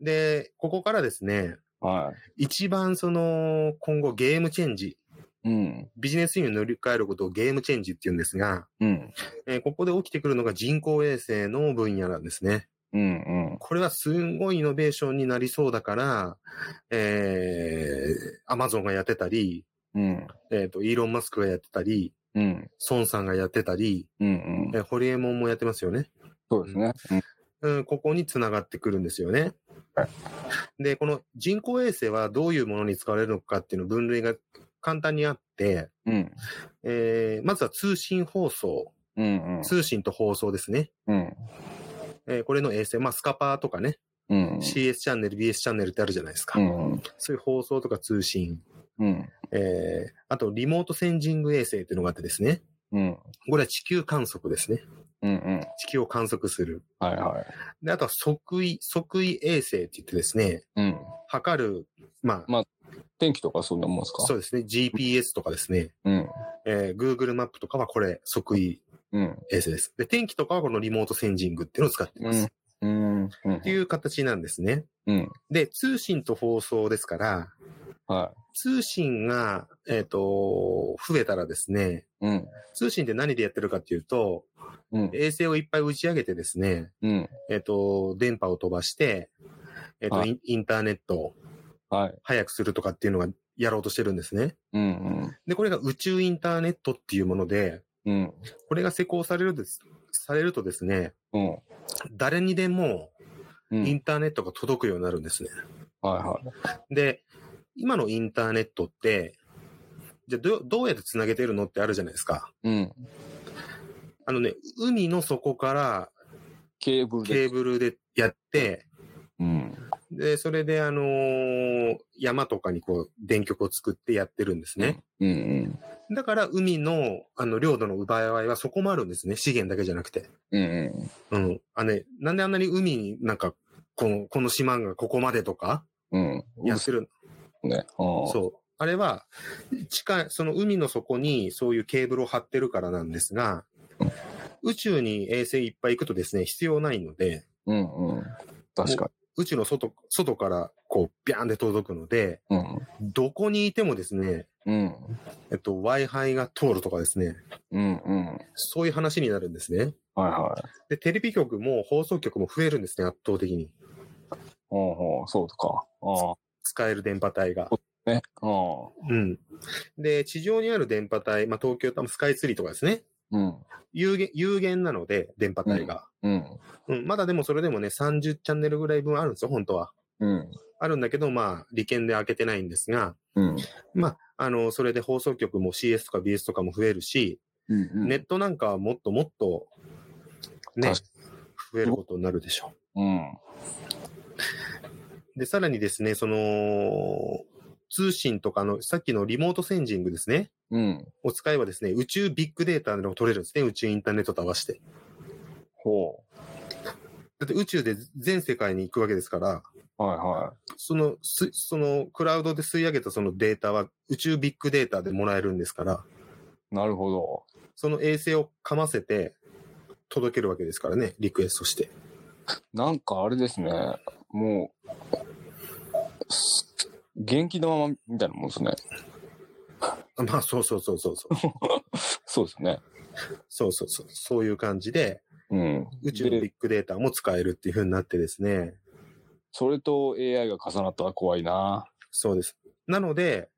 B: で、ここからですね、
C: は
B: 一番その今後ゲームチェンジ、
C: い。うん。
B: ビジネスに乗り換えることをゲームチェンジって言うんですが、
C: うん。
B: えーここで起きてくるのが人工衛星の分野なんですね。
C: うん。うん。
B: これはすんごいイノベーションになりそうだから、えー、アマゾンがやってたり、
C: うん。
B: えっ、と、イーロン・マスクがやってたり、
C: うん。
B: 孫さんがやってたり、
C: うん。うん
B: え。ーホリエモンもやってますよね。
C: そうですね。
B: うん、ここに繋がってくるんですよね。で、この人工衛星はどういうものに使われるのかっていうの分類が簡単にあって、
C: うん。
B: えーまずは通信放送、
C: うん。
B: 通信と放送ですね。
C: うん。
B: えーこれの衛星、まあ、スカパーとかね、
C: うん。
B: CS チャンネル、BS チャンネルってあるじゃないですか。
C: うん。
B: そういう放送とか通信、
C: うん。
B: えーあとリモートセンジング衛星っていうのがあってですね、
C: うん。
B: これは地球観測ですね。
C: うん。
B: 地球を観測する。
C: はいはい。
B: で、あとは測位、測位衛星って言ってですね、
C: うん。
B: 測る、まあ、
C: ま天気とかそんなもんですか
B: そうですね、GPS とかですね、
C: うん。
B: えー Google マップとかはこれ、測位
C: うん。
B: 衛星です。で、天気とかはこのリモートセンジングっていうのを使ってます。
C: うん
B: っ
C: うん。うん
B: て。いう形なんですね。
C: うん。
B: で、通信と放送ですから、
C: は
B: 通信が、えっ、と、増えたらですね、
C: い。うん。
B: 通信って何でやってるかっていうと、
C: うん。
B: 衛星をいっぱい打ち上げてですね、
C: うん。
B: えっ、と、電波を飛ばして、えっ、と、
C: はい
B: インインターネットを
C: はい。
B: 早くするとかっていうのがやろうとしてるんですね。
C: うん
B: で、これが宇宙インターネットっていうもので、
C: うん。うん。
B: これが施行されるです、されるとですね、
C: うん。
B: 誰にでも
C: う
B: イ
C: ん。
B: ンターネットが届くようになるんですね。
C: はいはい。
B: で、今のインターネットって、じゃあどどうやってつなげてるのってあるじゃないですか。
C: うん。
B: あのね、海の底から
C: ケーブルで。
B: ケーブルでやって、
C: うん。
B: で、それであのー山とかにこう電極を作ってやってるんですね。
C: うんうん。
B: だから海のあの領土の奪い合いはそこもあるんですね。資源だけじゃなくて。
C: うんうん。
B: うん。あね、なんであんなに海になんか、この、この島がここまでとか、
C: うん。う
B: や
C: ん
B: ってる。
C: ね。ああ。
B: そう。あれは、近い、その海の底にそういうケーブルを張ってるからなんですが、宇宙に衛星いっぱい行くとですね、必要ないので、
C: うんうん。確か
B: 宇宙の外、外からこう、ビャーンで届くので、
C: に。
B: どこにいてもですね、
C: うん。うん。
B: えっと、Wi-Fi が通るとかですね、
C: うんうん。はい
B: そういう話になるんですね。
C: はい。
B: で、テレビ局も放送局も増えるんですね、圧倒的に。
C: ほうほう、そうか。あ
B: 使える電波帯が。
C: あ。ね。ああ。
B: うん。で、地上にある電波帯、まあ、東京多分スカイツリーとかですね。
C: うん。
B: 有限、有限なので、電波帯が。
C: うん。
B: うん、まだでもそれでもね、30チャンネルぐらい分あるんですよ、本当は。
C: うん。
B: あるんだけど、まあ、利権で開けてないんですが、
C: うん。
B: まあ、あの、それで放送局も CS とか BS とかも増えるし、
C: うん。
B: ネットなんかはもっともっと、ね、増えることになるでしょ
C: うん。
B: う。で、さらにですね、その、通信とかの、さっきのリモートセンジングですね、
C: うん。
B: を使えばですね、宇宙ビッグデータの取れるんですね、宇宙インターネットと合わせて。
C: ほ
B: だって宇宙で全世界に行くわけですから、
C: う。はいは
B: その、すその、クラウドで吸い上げたそのデータは宇宙ビッグデータでもらえるんですから、
C: い。なるほど。
B: その衛星をかませて届けるわけですからね、リクエストして。
C: なんかあれですね。もう、す元気のままみたいなもんですね。
B: あまあ、そうそうそうそうそう。
C: そうですね。
B: そうそうそう。そういう感じで、
C: うん。
B: 宇宙のビ
C: で
B: ッグデータも使えるっていう風になってですね。
C: それと AI が重なったら怖いな。
B: そうです。なので、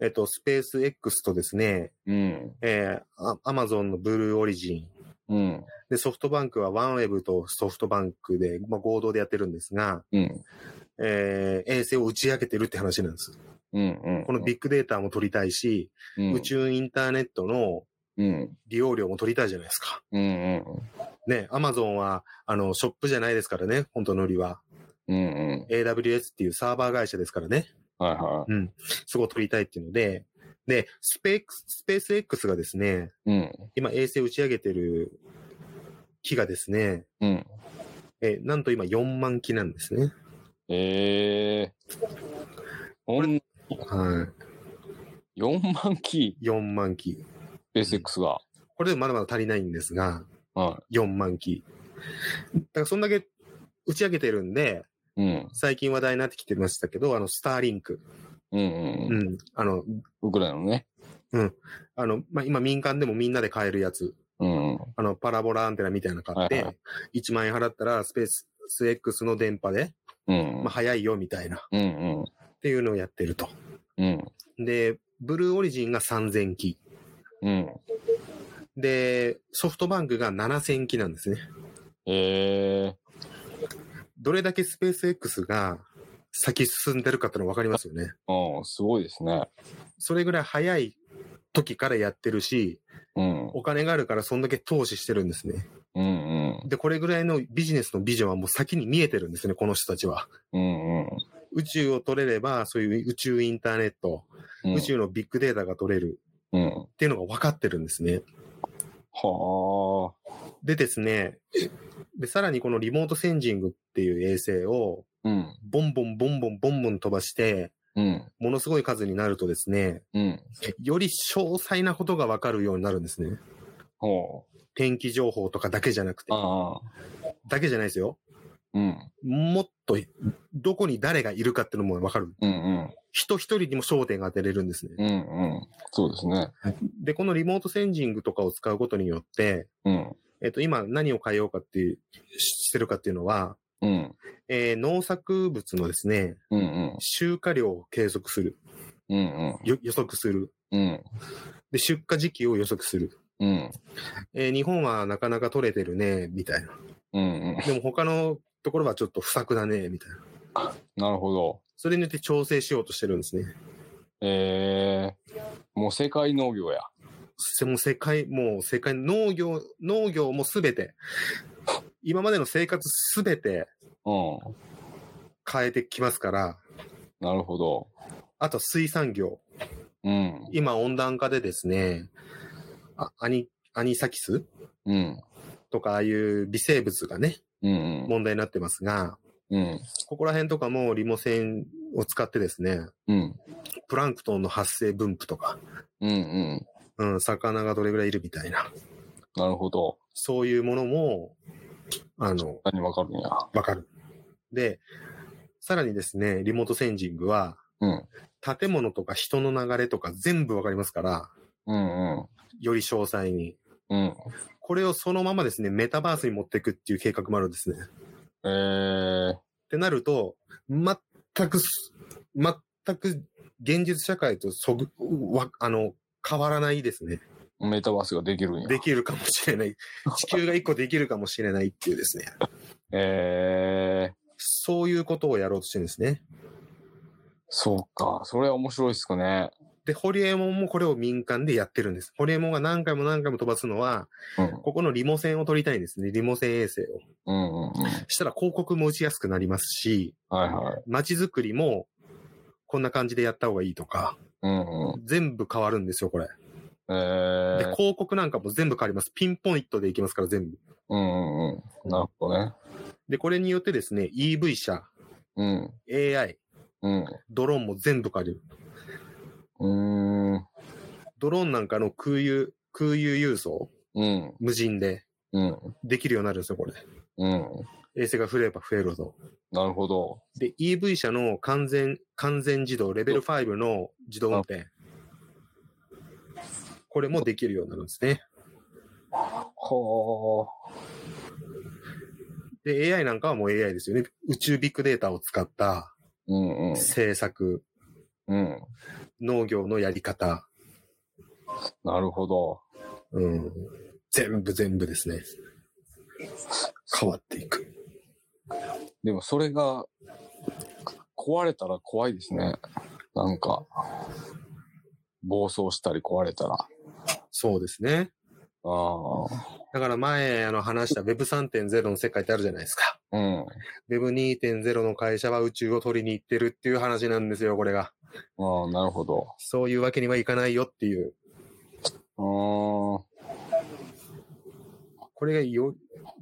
B: えっと、スペース X とですね、
C: うん。
B: えー、アマゾンのブルーオリジン、
C: うん。
B: で、ソフトバンクはワンウェブとソフトバンクで、まあ、合同でやってるんですが、
C: うん。
B: えー衛星を打ち上げてるって話なんです。
C: うん。うん。
B: このビッグデータも取りたいし、
C: うん
B: 宇。宙インターネットの
C: うん。
B: 利用料も取りたいじゃないですか。
C: うん。うん。
B: ね、アマゾンは、あの、ショップじゃないですからね、本当の売りは。
C: うん。うん。
B: AWS っていうサーバー会社ですからね。
C: はいは
B: うん。そこを取りたいっていうので、で、スペース、スペース X がですね、
C: い。うん。
B: 今衛星打ち上げてる機がですね、
C: うん。
B: えーなんと今4万機なんですね。
C: ええほん、
B: は
C: 4万機、
B: い。4万機。
C: SX が。
B: これでもまだまだ足りないんですが、
C: は
B: 4万機。だからそんだけ打ち上げてるんで、
C: い。うん。
B: 最近話題になってきてましたけど、あの、スターリンク。
C: うんう。
B: うんん。あの、
C: ウクライナのね。
B: あの、まあ、今民間でもみんなで買えるやつ。
C: うん。
B: あの、パラボラアンテナみたいなの買っ
C: はい
B: て
C: はい、
B: 1万円払ったらスペース、ス X の電波で、
C: うん
B: まあ、。早いよみたいな、っ
C: うんうん。
B: ていうのをやってると。
C: うん。
B: で、ブルーオリジンが3000機。
C: うん。
B: で、ソフトバンクが7000機なんですね。
C: ええ
B: どれだけスペース X が先進んでるかってのわかりますよね。
C: うん。すごいですね。
B: それぐらい早い時からやってるし、
C: うん。
B: お金があるからそんだけ投資してるんですね。
C: うんうん。
B: で、これぐらいのビジネスのビジョンはもう先に見えてるんですね、この人たちは。
C: うんうん。
B: 宇宙を取れれば、そういう宇宙インターネット、
C: うん
B: 宇宙のビッグデータが取れる
C: うん。
B: っていうのが分かってるんですね。
C: はあ。
B: でですね、で、さらにこのリモートセンジングっていう衛星を、
C: うん。
B: ボンボンボンボンボンボン飛ばして、
C: うん。
B: ものすごい数になるとですね、
C: うん。
B: より詳細なことが分かるようになるんですね。
C: ほ
B: 天気情報とかだけじゃなくて
C: う。、ああ。
B: だけじゃないですよ。
C: うん。
B: もっと、どこに誰がいるかっていうのも分かる。
C: うんうん。
B: 人一人にも焦点が当てれるんですね。
C: うんうん。そうですね。
B: で、このリモートセンジングとかを使うことによって、
C: うん。
B: えっと、今何を変えようかっていう、ししてるかっていうのは、
C: うん。
B: えー農作物のですね、
C: うんうん。
B: 集荷量を計測する。
C: うん
B: よ予測する。
C: うん。うん。
B: で、出荷時期を予測する。
C: うん。
B: えー日本はなかなか取れてるね、みたいな。
C: うんうん。
B: でも他のところはちょっと不作だね、みたいな。
C: なるほど。
B: それによって調整しようとしてるんですね。
C: えー、もう世界農業や。
B: せもう世界、もう世界、農業、農業もすべて、今までの生活すべて
C: うん。
B: 変えてきますから、
C: なるほど。
B: あと水産業。
C: うん。
B: 今温暖化でですね、あアニ、アニサキス
C: うん。
B: とかああいう微生物がね、
C: うん。
B: 問題になってますが、
C: うん。
B: ここら辺とかもリモセンを使ってですね、
C: うん。
B: プランクトンの発生分布とか、
C: うん。うん。
B: うん、魚がどれぐらいいるみたいな、
C: なるほど。
B: そういうものも、あの、
C: 何わかるんや。
B: わかる。で、さらにですね、リモートセンジングは、
C: うん。
B: 建物とか人の流れとか全部わかりますから、
C: うんうん。
B: より詳細に。
C: うん。
B: これをそのままですね、メタバースに持っていくっていう計画もあるんですね。っ
C: えー、
B: てなると、全くす、全く現実社会とそぐ、わ、あの、変わらないですね。
C: メタバースができるんや。
B: できるかもしれない。地球が一個できるかもしれないっていうですね。
C: えー、
B: そういうことをやろうとしてるんですね。
C: そうか。それは面白いっすかね。
B: で、ホリエモンもこれを民間でやってるんです。ホリエモンが何回も何回も飛ばすのは、
C: うん。
B: ここのリモ線を取りたいんですね。リモ線衛星を。
C: うんうんうん。
B: したら広告も打ちやすくなりますし、
C: はいはい。
B: 街づくりもこんな感じでやった方がいいとか、
C: うんうん。
B: 全部変わるんですよ、これ。
C: え
B: で
C: ー、
B: 広告なんかも全部変わります。ピンポイントでいきますから、全部。
C: うんうんうん。なるほどね。
B: で、これによってですね、EV 車、
C: うん。
B: AI、
C: うん。
B: ドローンも全部変わる。
C: うーん。
B: ドローンなんかの空輸、空輸輸送、
C: うん。
B: 無人で
C: うん。
B: できるようになるんですよ、これ。
C: うん。
B: 衛星が増えれば増えるほど。
C: なるほど。
B: で、EV 車の完全、完全自動、レベル5の自動運転。これもできるようになるんですね。
C: ほー。
B: で、AI なんかはもう AI ですよね。宇宙ビッグデータを使った
C: うんうん。
B: 政策、
C: うん。
B: 農業のやり方、
C: なるほど。
B: うん、全部全部ですね。変わっていく。
C: でもそれが壊れたら怖いですね。なんか、暴走したり壊れたら。あ
B: そうですね。
C: あ。
B: だから前、あの、話した Web3.0 の世界ってあるじゃないですか。
C: うん。
B: Web2.0 の会社は宇宙を取りに行ってるっていう話なんですよ、これが。
C: ああ、なるほど。
B: そういうわけにはいかないよっていう。
C: うーん。
B: これがよ、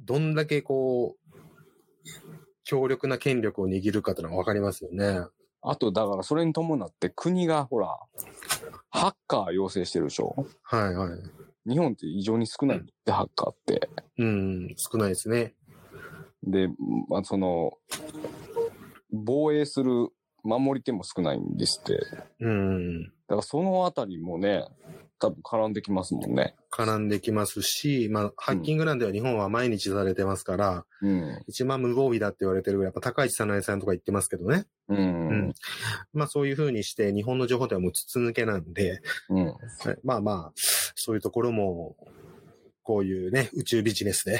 B: どんだけこう、強力な権力を握るかってのはわかりますよね。
C: あと、だからそれに伴って国がほら、ハッカー要請してるでしょ。
B: はいはい。
C: 日本って異常に少ないって、ハッカーって。
B: うん、少ないですね。
C: で、まあ、その、防衛する守り手も少ないんですって。
B: うん。
C: だからそのあたりもね、多分絡んできますもんね。
B: 絡んできますし、まあ、ハッキングなんでは日本は毎日されてますから、
C: うん。
B: 一番無防備だって言われてるぐらい、やっぱ高市早苗さんとか言ってますけどね。
C: うん。
B: うんまあそういう風にして、日本の情報ではもう筒抜けなんで、
C: うん。
B: はいまあまあ、そういうところも、こういうね、宇宙ビジネスで、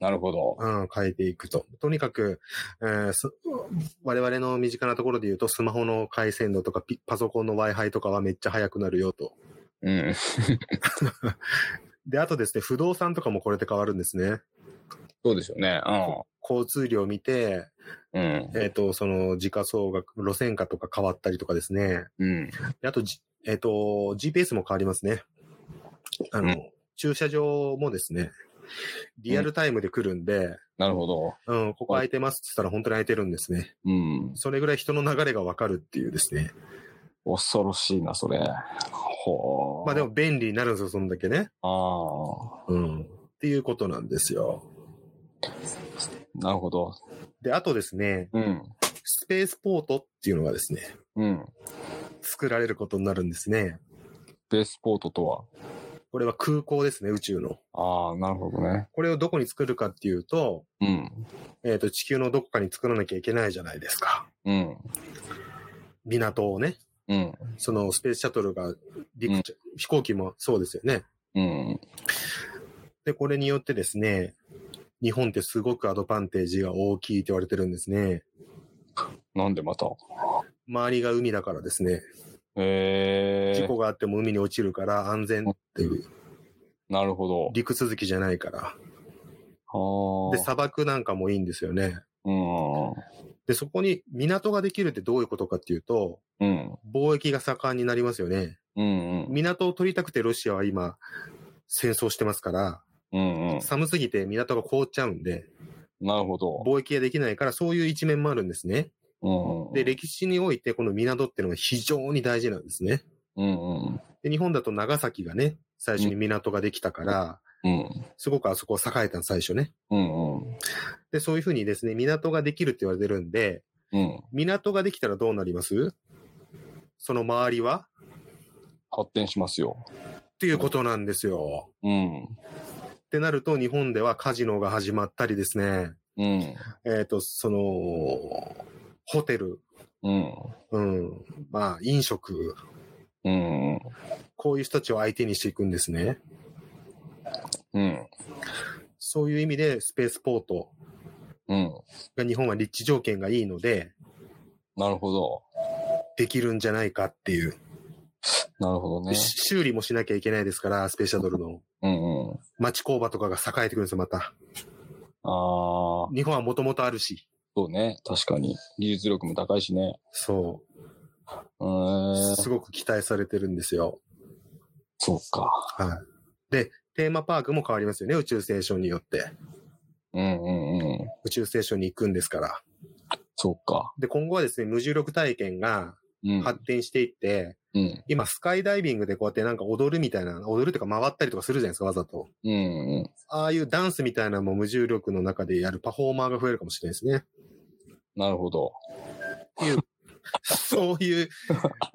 C: なるほど。
B: うん、変えていくと。とにかく、えーそ我々の身近なところで言うと、スマホの回線度とかピ、パソコンの Wi-Fi とかはめっちゃ速くなるよと。
C: うん。
B: で、あとですね、不動産とかもこれで変わるんですね。
C: そうでしょうね。
B: 交通量を見て、
C: うん。うん。
B: えっ、と、その、時価総額、路線価とか変わったりとかですね。
C: うん。
B: であと、じえっ、と、GPS も変わりますね。あの、
C: う
B: 駐車場もですね、リアルタイムで来るんで、
C: なるほど。
B: うん、ここ空いてますって言ったら本当に空いてるんですね。
C: うん。
B: それぐらい人の流れがわかるっていうですね。
C: 恐ろしいな、それ。ほう。
B: まあでも。便利になるんですよ、そんだけね。
C: あ
B: うん。っていうことなんですよ。
C: あ。なるほど。
B: で、あとですね、
C: うん。
B: スペースポートっていうのがですね、
C: うん。
B: 作られることになるんですね。
C: ベースポートとは。
B: これは空港ですね、宇宙の。
C: ああ、なるほどね。
B: これをどこに作るかっていうと、
C: うん。
B: えっ、と、地球のどこかに作らなきゃいけないじゃないですか。
C: うん。
B: 港をね。
C: うん。
B: そのスペースシャトルが陸、
C: うん
B: 飛行機もそうですよね。
C: うん。
B: で、これによってですね、日本ってすごくアドバンテージが大きいって言われてるんですね。
C: なんでまた
B: 周りが海だからですね、
C: ええ
B: 事故があっても海に落ちるから安全っていう、
C: なるほど。
B: 陸続きじゃないから。
C: あ
B: で、
C: あ。
B: 砂漠なんかもいいんですよね。
C: うん。
B: で、そこに港ができるってどういうことかっていうと、
C: うん。
B: 貿易が盛んになりますよね。
C: うん。うん。
B: 港を取りたくてロシアは今、戦争してますから、
C: うん。うん。
B: 寒すぎて港が凍っちゃうんで、
C: なるほど。
B: 貿易ができないからそういう一面もあるんですね。
C: うん。
B: で、歴史においてこの港っていうのは非常に大事なんですね。
C: うん。うん。
B: で、日本だと長崎がね、最初に港ができたから、
C: うん。
B: すごくあそこ栄えたの最初ね。
C: うん。うん。
B: で、そういうふうにですね、港ができるって言われてるんで、
C: うん。
B: 港ができたらどうなりますその周りは
C: 発展しますよ。
B: っていうことなんですよ。
C: うん。
B: ってなると、日本ではカジノが始まったりですね、
C: うん。
B: えっ、と、その、ホテル、
C: うん。
B: うん、まあ、飲食、
C: うん。
B: こういう人たちを相手にしていくんですね。
C: うん。
B: そういう意味で、スペースポート
C: うん。
B: が日本は立地条件がいいので、
C: なるほど。
B: できるんじゃないかっていう。
C: なるほ
B: で
C: どね。
B: 修理もしなきゃいけないですから、スペースシャトルの。
C: うんうん。
B: 町工場とかが栄えてくるんですよ、また。
C: ああ、
B: 日本はもともとあるし。
C: そうね。確かに。技術力も高いしね。
B: そう
C: ー
B: う。
C: ん。
B: すごく期待されてるんですよ。
C: そうか。
B: はい。で、テーマパークも変わりますよね、宇宙ステーションによって。
C: うんうんうん。
B: 宇宙ステーションに行くんですから。
C: そうか。
B: で、今後はですね、無重力体験が
C: うん。
B: 発展していって、
C: うん。
B: 今スカイダイビングでこうやってなんか踊るみたいな、踊るとか回ったりとかするじゃないですか、わざと。
C: うんうん。
B: ああいうダンスみたいなのも無重力の中でやるパフォーマーが増えるかもしれないですね。
C: なるほど。
B: っていう、 そういう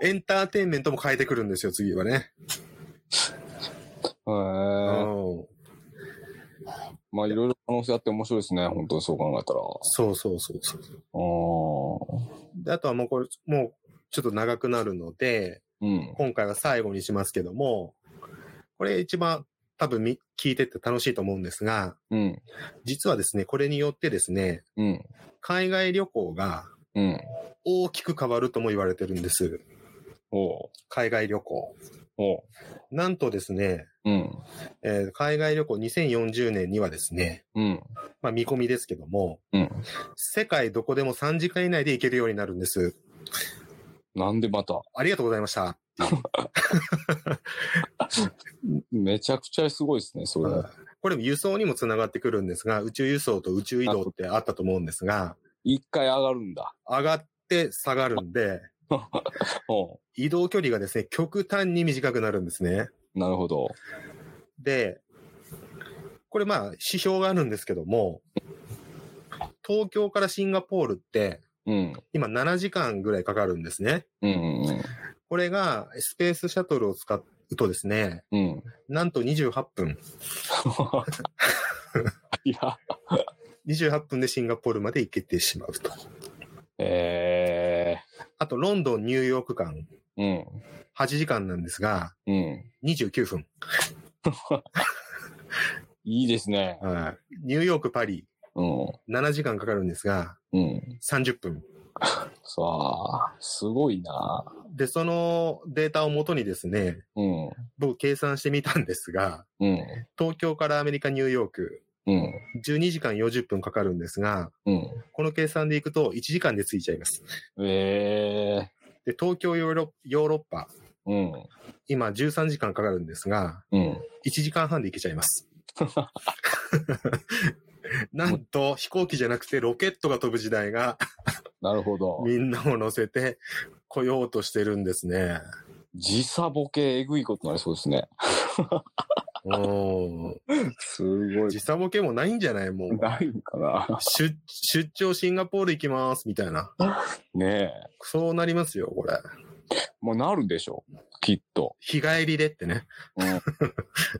B: エンターテインメントも変えてくるんですよ、次はね。
C: へ
B: う
C: え。
B: ん
C: まあいろいろ可能性あって面白いですね。本当にそう考えたら。
B: そうそうそうそう。
C: あ
B: で、あとはもうこれ、もうちょっと長くなるので、
C: あ。うん。
B: 今回は最後にしますけども、これ一番多分み聞いてって楽しいと思うんですが、
C: うん。
B: 実はですね、これによってですね、
C: うん。
B: 海外旅行が
C: うん。
B: 大きく変わるとも言われてるんです。
C: おう。
B: 海外旅行。
C: おう。
B: なんとですね、
C: うん。
B: えー海外旅行2040年にはですね、
C: うん。
B: まあ見込みですけども、
C: うん。
B: 世界どこでも3時間以内で行けるようになるんです。
C: なんでまた。
B: ありがとうございました。
C: めちゃくちゃすごいですね、それ。
B: これも輸送にもつながってくるんですが、宇宙輸送と宇宙移動ってあったと思うんですが、
C: 一回上がるんだ。
B: 上がって下がるんで、
C: おう。
B: 移動距離がですね、極端に短くなるんですね。
C: なるほど。
B: で、これまあ指標があるんですけども、東京からシンガポールって
C: うん。
B: 今7時間ぐらいかかるんですね。
C: うんうん
B: これがスペースシャトルを使うとですね、
C: うん。うん。
B: なんと28分。
C: いや、
B: 28分でシンガポールまで行けてしまうと。
C: え
B: あとロンドン、ニューヨーク間
C: ー、
B: 8時間なんですが、
C: うん、うん。
B: 29分。
C: いいですね。
B: はいニューヨーク、パリ
C: うん、
B: 7時間かかるんですが、
C: うん。
B: 30分。
C: さあ、すごいな。
B: で、そのデータをもとにですね、
C: うん、
B: 僕計算してみたんですが、
C: うん、
B: 東京からアメリカ、ニューヨーク、
C: うん、
B: 12時間40分かかるんですが、
C: うん。
B: この計算でいくと1時間で着いちゃいます。
C: えー、
B: で、東京ヨーロヨーロッパ、
C: うん、
B: 今13時間かかるんですが、
C: うん。
B: 1時間半で行けちゃいます。 なんと、飛行機じゃなくてロケットが飛ぶ時代が、
C: なるほど。
B: みんなを乗せて来ようとしてるんですね。
C: 時差ボケえぐいことになりそうですね。
B: うん。
C: すご
B: 時。差ボケもないんじゃないもう。
C: ないんかな。
B: 出、出張シンガポール行きます、みたいな。
C: ねえ。
B: そうなりますよ、これ。
C: もうなるでしょ。きっと。
B: 日帰りでってね。
C: うん、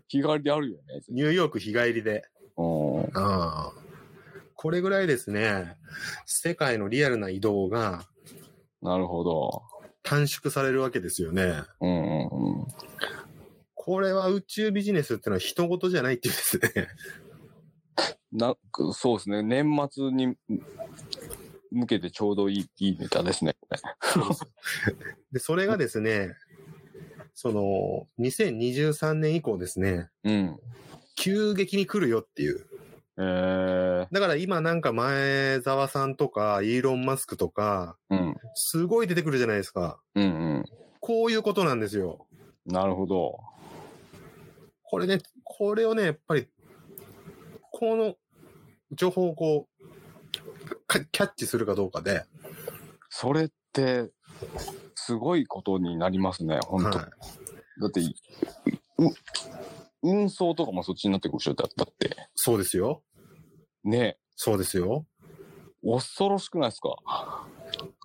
C: 日帰りであるよね。
B: ニューヨーク日帰りで。
C: うん、
B: ああ。これぐらいですね、世界のリアルな移動が
C: なるほど。
B: 短縮されるわけですよね。
C: うんうんうん。
B: これは宇宙ビジネスってのは人事じゃないっていうですね。
C: なそうですね。年末に向けてちょうどいいいいネタですね。これ
B: で、それがですね、その、2023年以降ですね、
C: うん。
B: 急激に来るよっていう。
C: えー、
B: だから今なんか前澤さんとか、イーロン・マスクとか、
C: うん。
B: すごい出てくるじゃないですか。
C: うんうん。
B: こういうことなんですよ。
C: なるほど。
B: これね、これをね、やっぱり、この情報をこう、かキャッチするかどうかで、
C: それって、すごいことになりますね、本当、
B: は
C: だって、う、運送とかもそっちになってくるでしょだだって。
B: い、そうですよ。
C: ね
B: そうですよ。
C: え、恐ろしくないですか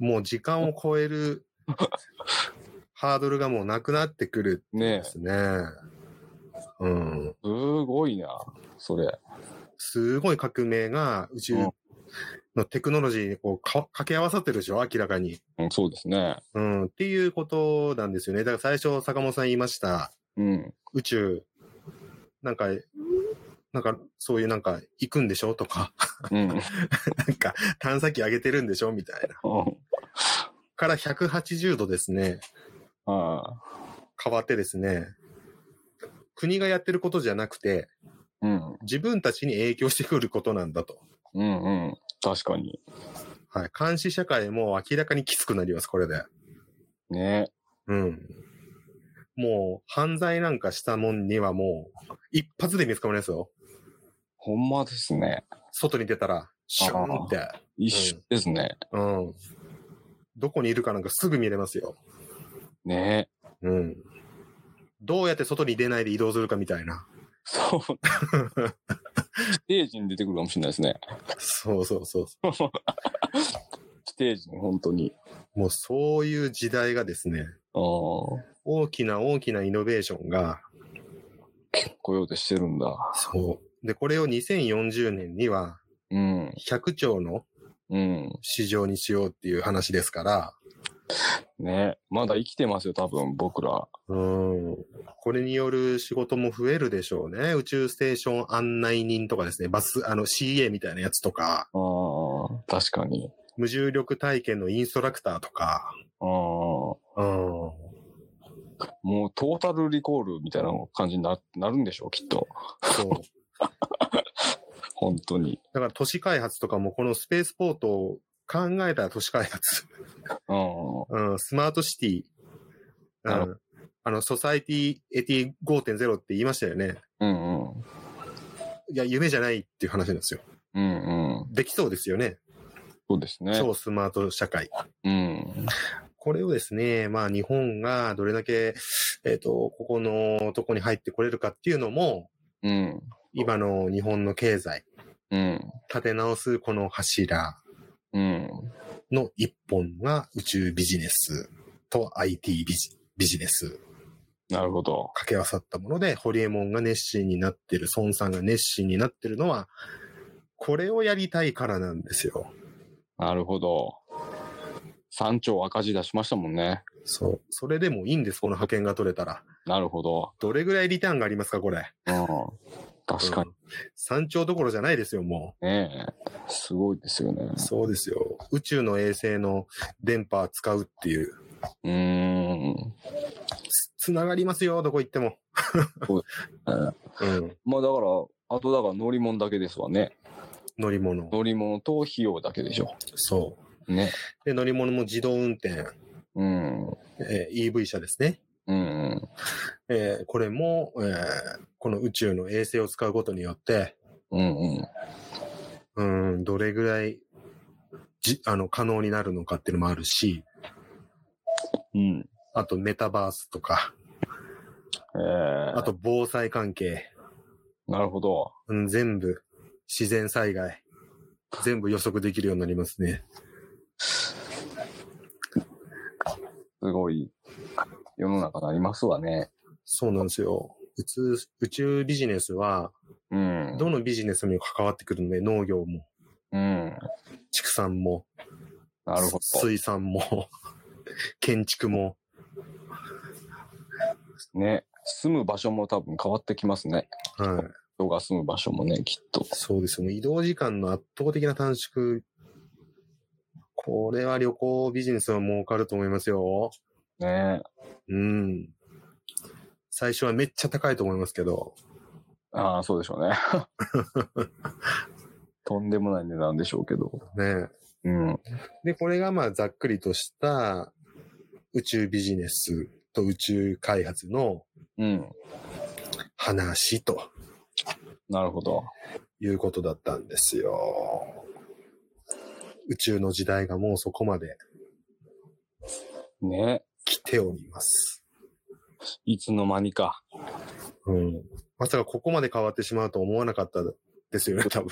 B: もう時間を超え るハードルがもうなくなってくるん
C: ねえ
B: で、すね。うん。
C: すごいな、それ。
B: すごい革命が宇宙のテクノロジーにこうか掛け合わさってるでしょ明らかに。
C: うん、そうですね。
B: うん。っていうことなんですよね。だから最初坂本さん言いました。
C: うん。
B: 宇宙、なんか、なんか、そういうなんか、行くんでしょとか、
C: うん。
B: なんか、探査機上げてるんでしょみたいな。
C: うん
B: から180度ですね、
C: ああ
B: 変わってですね、国がやってることじゃなくて、
C: うん。
B: 自分たちに影響してくることなんだと。
C: うんうん。確かに。
B: はい。監視社会も明らかにきつくなります、これで。
C: ね
B: うん。もう、犯罪なんかしたもんにはもう、一発で見つかまりますよ。
C: ほんまですね。
B: 外に出たら、シューンって。
C: 一緒ですね。
B: うん。どこにいるかなんかすぐ見れますよ。
C: ね
B: うん。どうやって外に出ないで移動するかみたいな。
C: そう。ステージに出てくるかもしれないですね。
B: そうそうそう。
C: ステージに本当に。
B: もうそういう時代がですね、
C: ああ。
B: 大きな大きなイノベーションが、
C: 来ようとしてるんだ。
B: そう。で、これを2040年には
C: うん。
B: 100兆の
C: うん。
B: 市場にしようっていう話ですから、
C: ねまだ生きてますよ、多分、僕ら。
B: うん。これによる仕事も増えるでしょうね。宇宙ステーション案内人とかですね、バス、あの CA みたいなやつとか、
C: ああ。確かに。
B: 無重力体験のインストラクターとか、
C: ああ。も
B: うん。
C: う、トータルリコールみたいな感じにななるんでしょう、きっと。
B: そう。
C: 本当に。
B: だから都市開発とかもこのスペースポートを考えたら都市開発。
C: うん。
B: うん、スマートシティ。う
C: なる
B: ん。あの、ソサイティエティ5.0って言いましたよね。
C: うんうん。
B: いや、夢じゃないっていう話なんですよ。
C: うんうん。
B: できそうですよね。
C: そうですね。
B: 超スマート社会。
C: うん。
B: これをですね、まあ日本がどれだけ、えっ、と、ここのとこに入ってこれるかっていうのも、
C: うん。
B: 今の日本の経済、
C: うん。
B: 立て直すこの柱
C: うん。
B: の一本が宇宙ビジネスと IT ビジビジネス。
C: なるほど。
B: 掛け合わさったもので、ホリエモンが熱心になってる、孫さんが熱心になってるのは、これをやりたいからなんですよ。
C: なるほど。3兆赤字出しましたもんね。
B: そう。それでもいいんです、この派遣が取れたら。
C: なるほど。
B: どれぐらいリターンがありますか、これ。
C: うん。確かに
B: うん。山頂どころじゃないですよ、も
C: ねえ。すごいですよね。
B: う。そうですよ。宇宙の衛星の電波使うっていう。
C: うーん。
B: つつながりますよ、どこ行っても。
C: うん
B: うん。
C: まあだから、あとだから乗り物だけですわね。
B: 乗り物。
C: 乗り物と費用だけでしょ。
B: そう。
C: ね。
B: で、乗り物も自動運転、
C: うん。
B: えー EV 車ですね。
C: うん。
B: えーこれも、えーこの宇宙の衛星を使うことによって、
C: うんうん。
B: うん、どれぐらい、じ、あの、可能になるのかっていうのもあるし、
C: うん。
B: あとメタバースとか、
C: えー、
B: あと防災関係、
C: なるほど。
B: うん、全部、自然災害、全部予測できるようになりますね。
C: すごい。世の中なりますわね。
B: そうなんですよ。宇宙、宇宙ビジネスは、
C: うん。
B: どのビジネスにも関わってくるので、農業も、
C: うん。
B: 畜産も、
C: なるほど。
B: 水産も、 建築も、
C: ね。住む場所も多分変わってきますね。
B: はい。
C: 人が住む場所もね、きっと。
B: そうですよね。移動時間の圧倒的な短縮。これは旅行ビジネスは儲かると思いますよ。
C: ね。
B: うん。最初はめっちゃ高いと思いますけど。
C: ああ、そうでしょうね。とんでもない値段でしょうけど。
B: ね。
C: うん。
B: で、これがまあざっくりとした宇宙ビジネスと宇宙開発の
C: うん。
B: 話と
C: なるほど。
B: いうことだったんですよ。宇宙の時代がもうそこまで
C: ね。
B: 来ております。
C: いつの間にか。
B: うん。まさかここまで変わってしまうと思わなかったですよね、多分。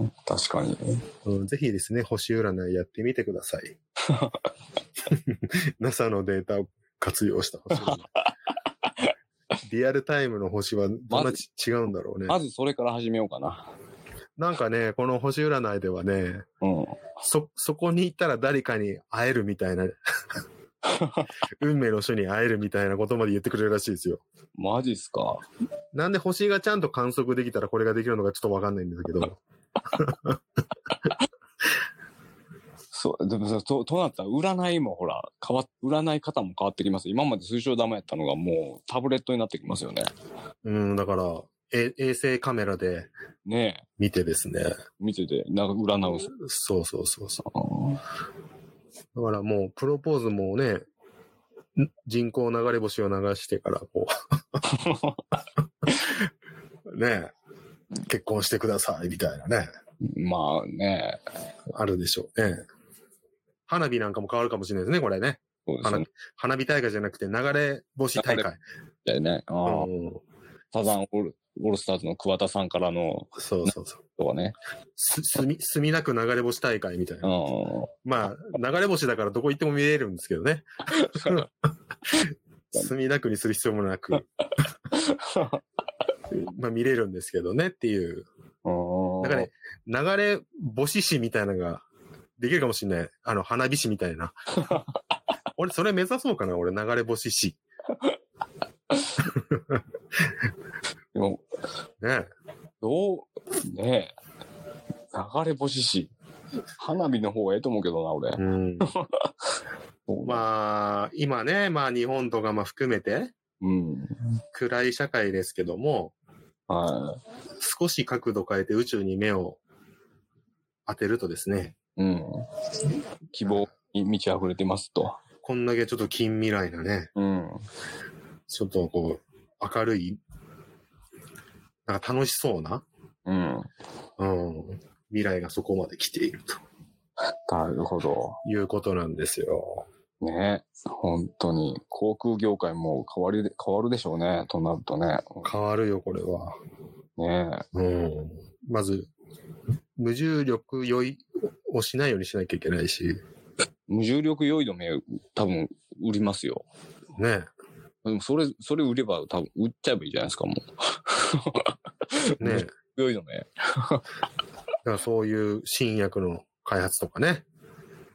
C: うん、確かに。
B: うん、ぜひですね、星占いやってみてくださ い。NASA のデータを活用した星占い。 リアルタイムの星はどんなち違うんだろうね。
C: まずそれから始めようかな。
B: なんかね、この星占いではね、
C: うん。
B: そ、そこに行ったら誰かに会えるみた いな、運命の人に会えるみたいなことまで言ってくれるらしいですよ。
C: マジっすか。
B: なんで星がちゃんと観測できたらこれができるのかちょっとわかんないんだけど。
C: そう、でもさ、と、となったら占いもほら、変わっ、占い方も変わってきます。今まで推奨ダメやったのがもうタブレットになってきますよね。
B: うん、だから、え衛星カメラで
C: ねえ。
B: 見てですね。
C: 見てて、なんか占うさ。
B: そうそうそうそ
C: うん
B: う。だからもう、プロポーズもね、ん人工流れ星を流してから、こ う。ねえ結婚してください、みたいなね。
C: まあねえ。
B: あるでしょうね。花火なんかも変わるかもしれないですね、これね。
C: そうです
B: 花
C: よね
B: 花火大会じゃなくて、流れ星大会。
C: だよね。
B: う
C: ああ。
B: ん、
C: サザンオール、オールスターズの桑田さんからの、
B: そうそうそう。
C: とかね。
B: す、すみ、すみなく流れ星大会みたいう な。
C: ん。
B: まあ、流れ星だからどこ行っても見れるんですけど ね。墨田区にする必要もなく、まあ見れるんですけどねっていう。
C: うん。
B: なんかね、流れ星市みたいなのができるかもしんない。あの、花火師みた いな。俺、それ目指そうかな、俺、流れ星市。
C: でも、
B: ね。
C: どう、ねえ。流れ星し。花火の方がええと思うけどな、俺。
B: うん。まあ、今ね、まあ日本とかまあ含めて
C: うん。
B: 暗い社会ですけども、
C: は
B: 少し角度変えて宇宙に目を当てるとですね、
C: い。うん。希望に満ち溢れてますと。
B: こんだけちょっと近未来なね、
C: うん。
B: ちょっとこう、明るい、なんか楽しそうな、
C: うん。
B: うん、未来がそこまで来ていると
C: なるほど。
B: いうことなんですよ。
C: ねえ。本当に。航空業界も変わりで、変わるでしょうね。となるとね。
B: 変わるよ、これは。
C: ね
B: うん。まず、無重力酔いをしないようにしなきゃいけないし、
C: え。無重力用意の目、多分、売りますよ。
B: ね。
C: でもそれ、それ売れば多分、売っちゃえばいいじゃないですか、もう。
B: ね。だか。
C: 用意の目。
B: らそういう新薬の開発とかね、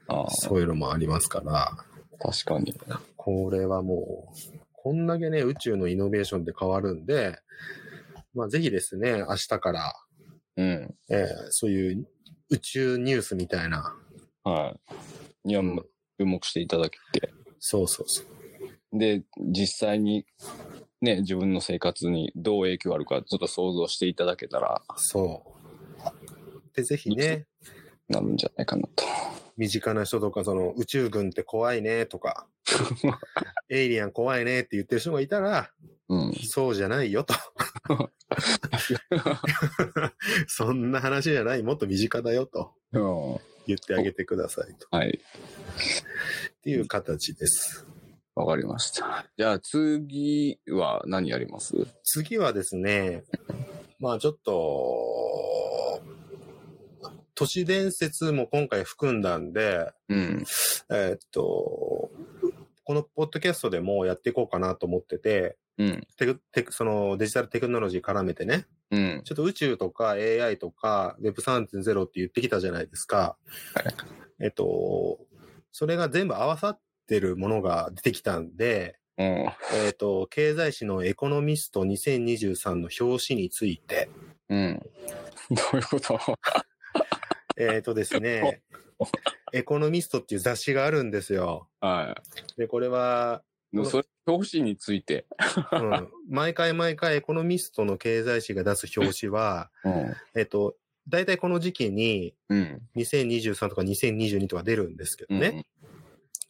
C: ああ、
B: そういうのもありますから、
C: 確かに。
B: これはもう、こんだけね、宇宙のイノベーションで変わるんで、まあぜひですね、明日から、
C: うん。
B: えーそういう宇宙ニュースみたいな、
C: はい。いや、
B: うん
C: 注目していただけて。
B: そうそうそう。
C: で、実際に、ね、自分の生活にどう影響あるか、ちょっと想像していただけたら、
B: そう。で、ぜひね、
C: なるんじゃないかなと。
B: 身近な人とか、その宇宙軍って怖いねとか、エイリアン怖いねって言ってる人がいたら、
C: うん。
B: そうじゃないよと。そんな話じゃない、もっと身近だよと
C: うん
B: 言ってあげてくださいと。
C: はい。
B: っていう形です。
C: わかりました。じゃあ次は何やります
B: 次はですね、まあちょっと、都市伝説も今回含んだんで、
C: うん。
B: えーっと、このポッドキャストでもやっていこうかなと思ってて、
C: うん。
B: テクテクそのデジタルテクノロジー絡めてね、
C: うん。
B: ちょっと宇宙とか AI とか Web3.0 って言ってきたじゃないですか。えっと、それが全部合わさってるものが出てきたんで、
C: うん。
B: えっと、経済誌のエコノミスト2023の表紙について、
C: うん。どういうこと
B: えっとですね、エコノミストっていう雑誌があるんですよ。
C: は
B: で、これは、
C: い。でもそれ、表紙について。
B: うん、毎回毎回エコノミストの経済誌が出す表紙は、
C: うん。
B: えっと、大体この時期に
C: うん。
B: 2023とか2022とか出るんですけ
C: う
B: ど
C: ん
B: ね。。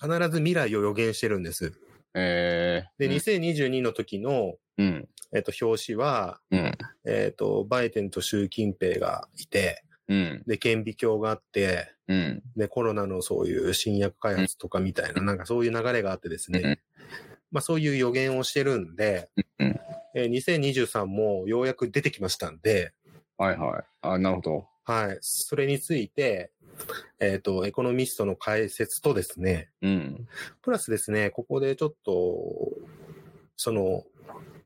B: 必ず未来を予言してるんです。
C: えー。
B: で、2022の時の、
C: うん。
B: えっと、表紙は、
C: うん。
B: えっと、バイデンと習近平がいて、
C: うん。
B: で、顕微鏡があって、
C: うん。
B: で、コロナのそういう新薬開発とかみたいな、なんかそういう流れがあってです
C: うん
B: ね、まあそういう予言をしてるんで
C: うん、
B: えー2023もようやく出てきましたんで、
C: はいはい。あ、なるほど。
B: はい、それについて、えっと、エコノミストの解説とですね、
C: うん。
B: プラスですね、ここでちょっと、その、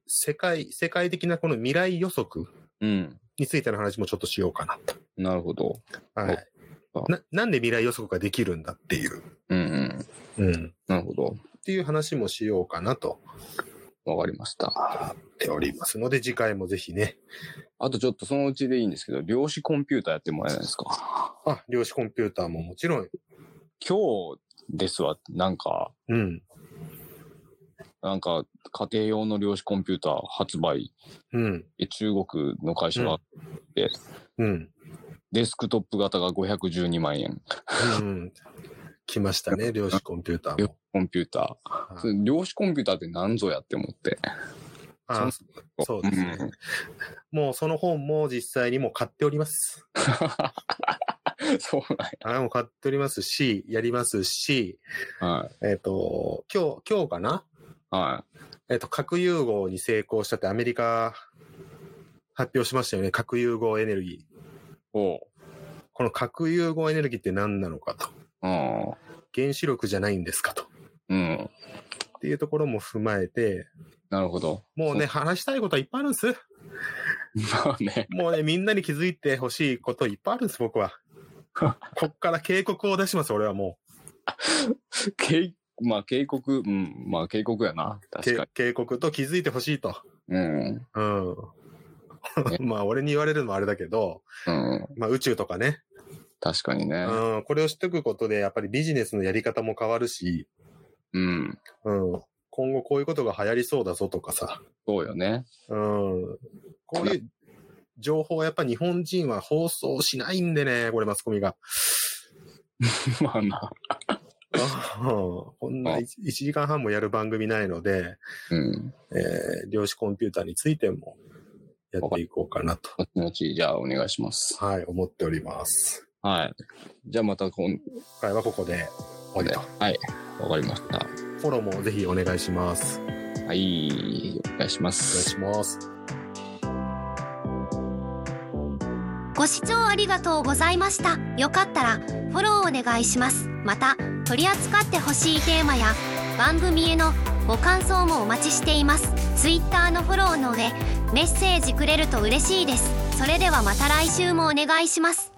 B: 世界、世界的なこの未来予測
C: うん。
B: についての話もちょっとしようかなと。
C: なるほど。
B: はい。
C: お
B: な、なんで未来予測ができるんだっていう、
C: うんうん。
B: うん。
C: なるほど。
B: っていう話もしようかなと
C: わかりました。
B: 思っておりますので、次回もぜひね。
C: あとちょっとそのうちでいいんですけど、量子コンピューターやってもらえないですか
B: あ、量子コンピューターももちろん、
C: 今日ですわ、なんか、
B: うん、
C: なんか、家庭用の量子コンピューター発売、
B: うん、
C: え中国の会社が、
B: うん、
C: デスクトップ型が512万円、
B: うん。来ました ね、量子コンピューター
C: 量
B: も
C: 子。コンピューター。それ量子コンピューターって何ぞやって思って。
B: あそうですね。もうその本も実際にもう買っております。
C: うんそうなん
B: あれも買っておりますし、やりますし、
C: や。はい。
B: えっ、と、今日、今日かな
C: は
B: えっ、と、核融合に成功したってアメリカ発表しましたよね。核融合エネルギー。
C: い。おう。
B: この核融合エネルギーって何なのかと。
C: うん。
B: 原子力じゃないんですかと。
C: うん。
B: っていうところも踏まえて、
C: なるほど。
B: もうね、話したいことはいっぱいあるんです。
C: まあね。
B: もうね、みんなに気づいてほしいこといっぱいあるんです、 僕は。こっから警告を出します、俺はも
C: 警まあ警告、うん、まあ警告やな。
B: う。
C: 確
B: け
C: かに。
B: 警告と気づいてほしいと。
C: うん。
B: うん。 まあ、俺に言われるのもあれだけど、
C: うん。
B: まあ、宇宙とかね。
C: 確かにね。
B: うん。これを知っておくことで、やっぱりビジネスのやり方も変わるし、
C: うん。
B: うん。今後こういうことが流行りそうだぞとかさ、
C: そうよね。
B: うん。こういう情報はやっぱ日本人は放送しないんでね、これマスコミが。
C: まあな。
B: うんこんな
C: あ
B: 1時間半もやる番組ないので、
C: うん。
B: えー量子コンピューターについてもやっていこうかなと、
C: 後々、じゃあお願いします。
B: はい、思っております。
C: はい。じゃあまた今
B: 今回はここで終わり
C: 度
B: と。
C: はい。わかりました。
B: フォローもぜひお願いします。
C: はい。お願いしま
B: お願い
C: す。
B: します。
A: ご視聴ありがとうございました。よかったらフォローお願いします。また、取り扱ってほしいテーマや番組へのご感想もお待ちしています。Twitter のフォローの上、メッセージくれると嬉しいです。それではまた来週もお願いします。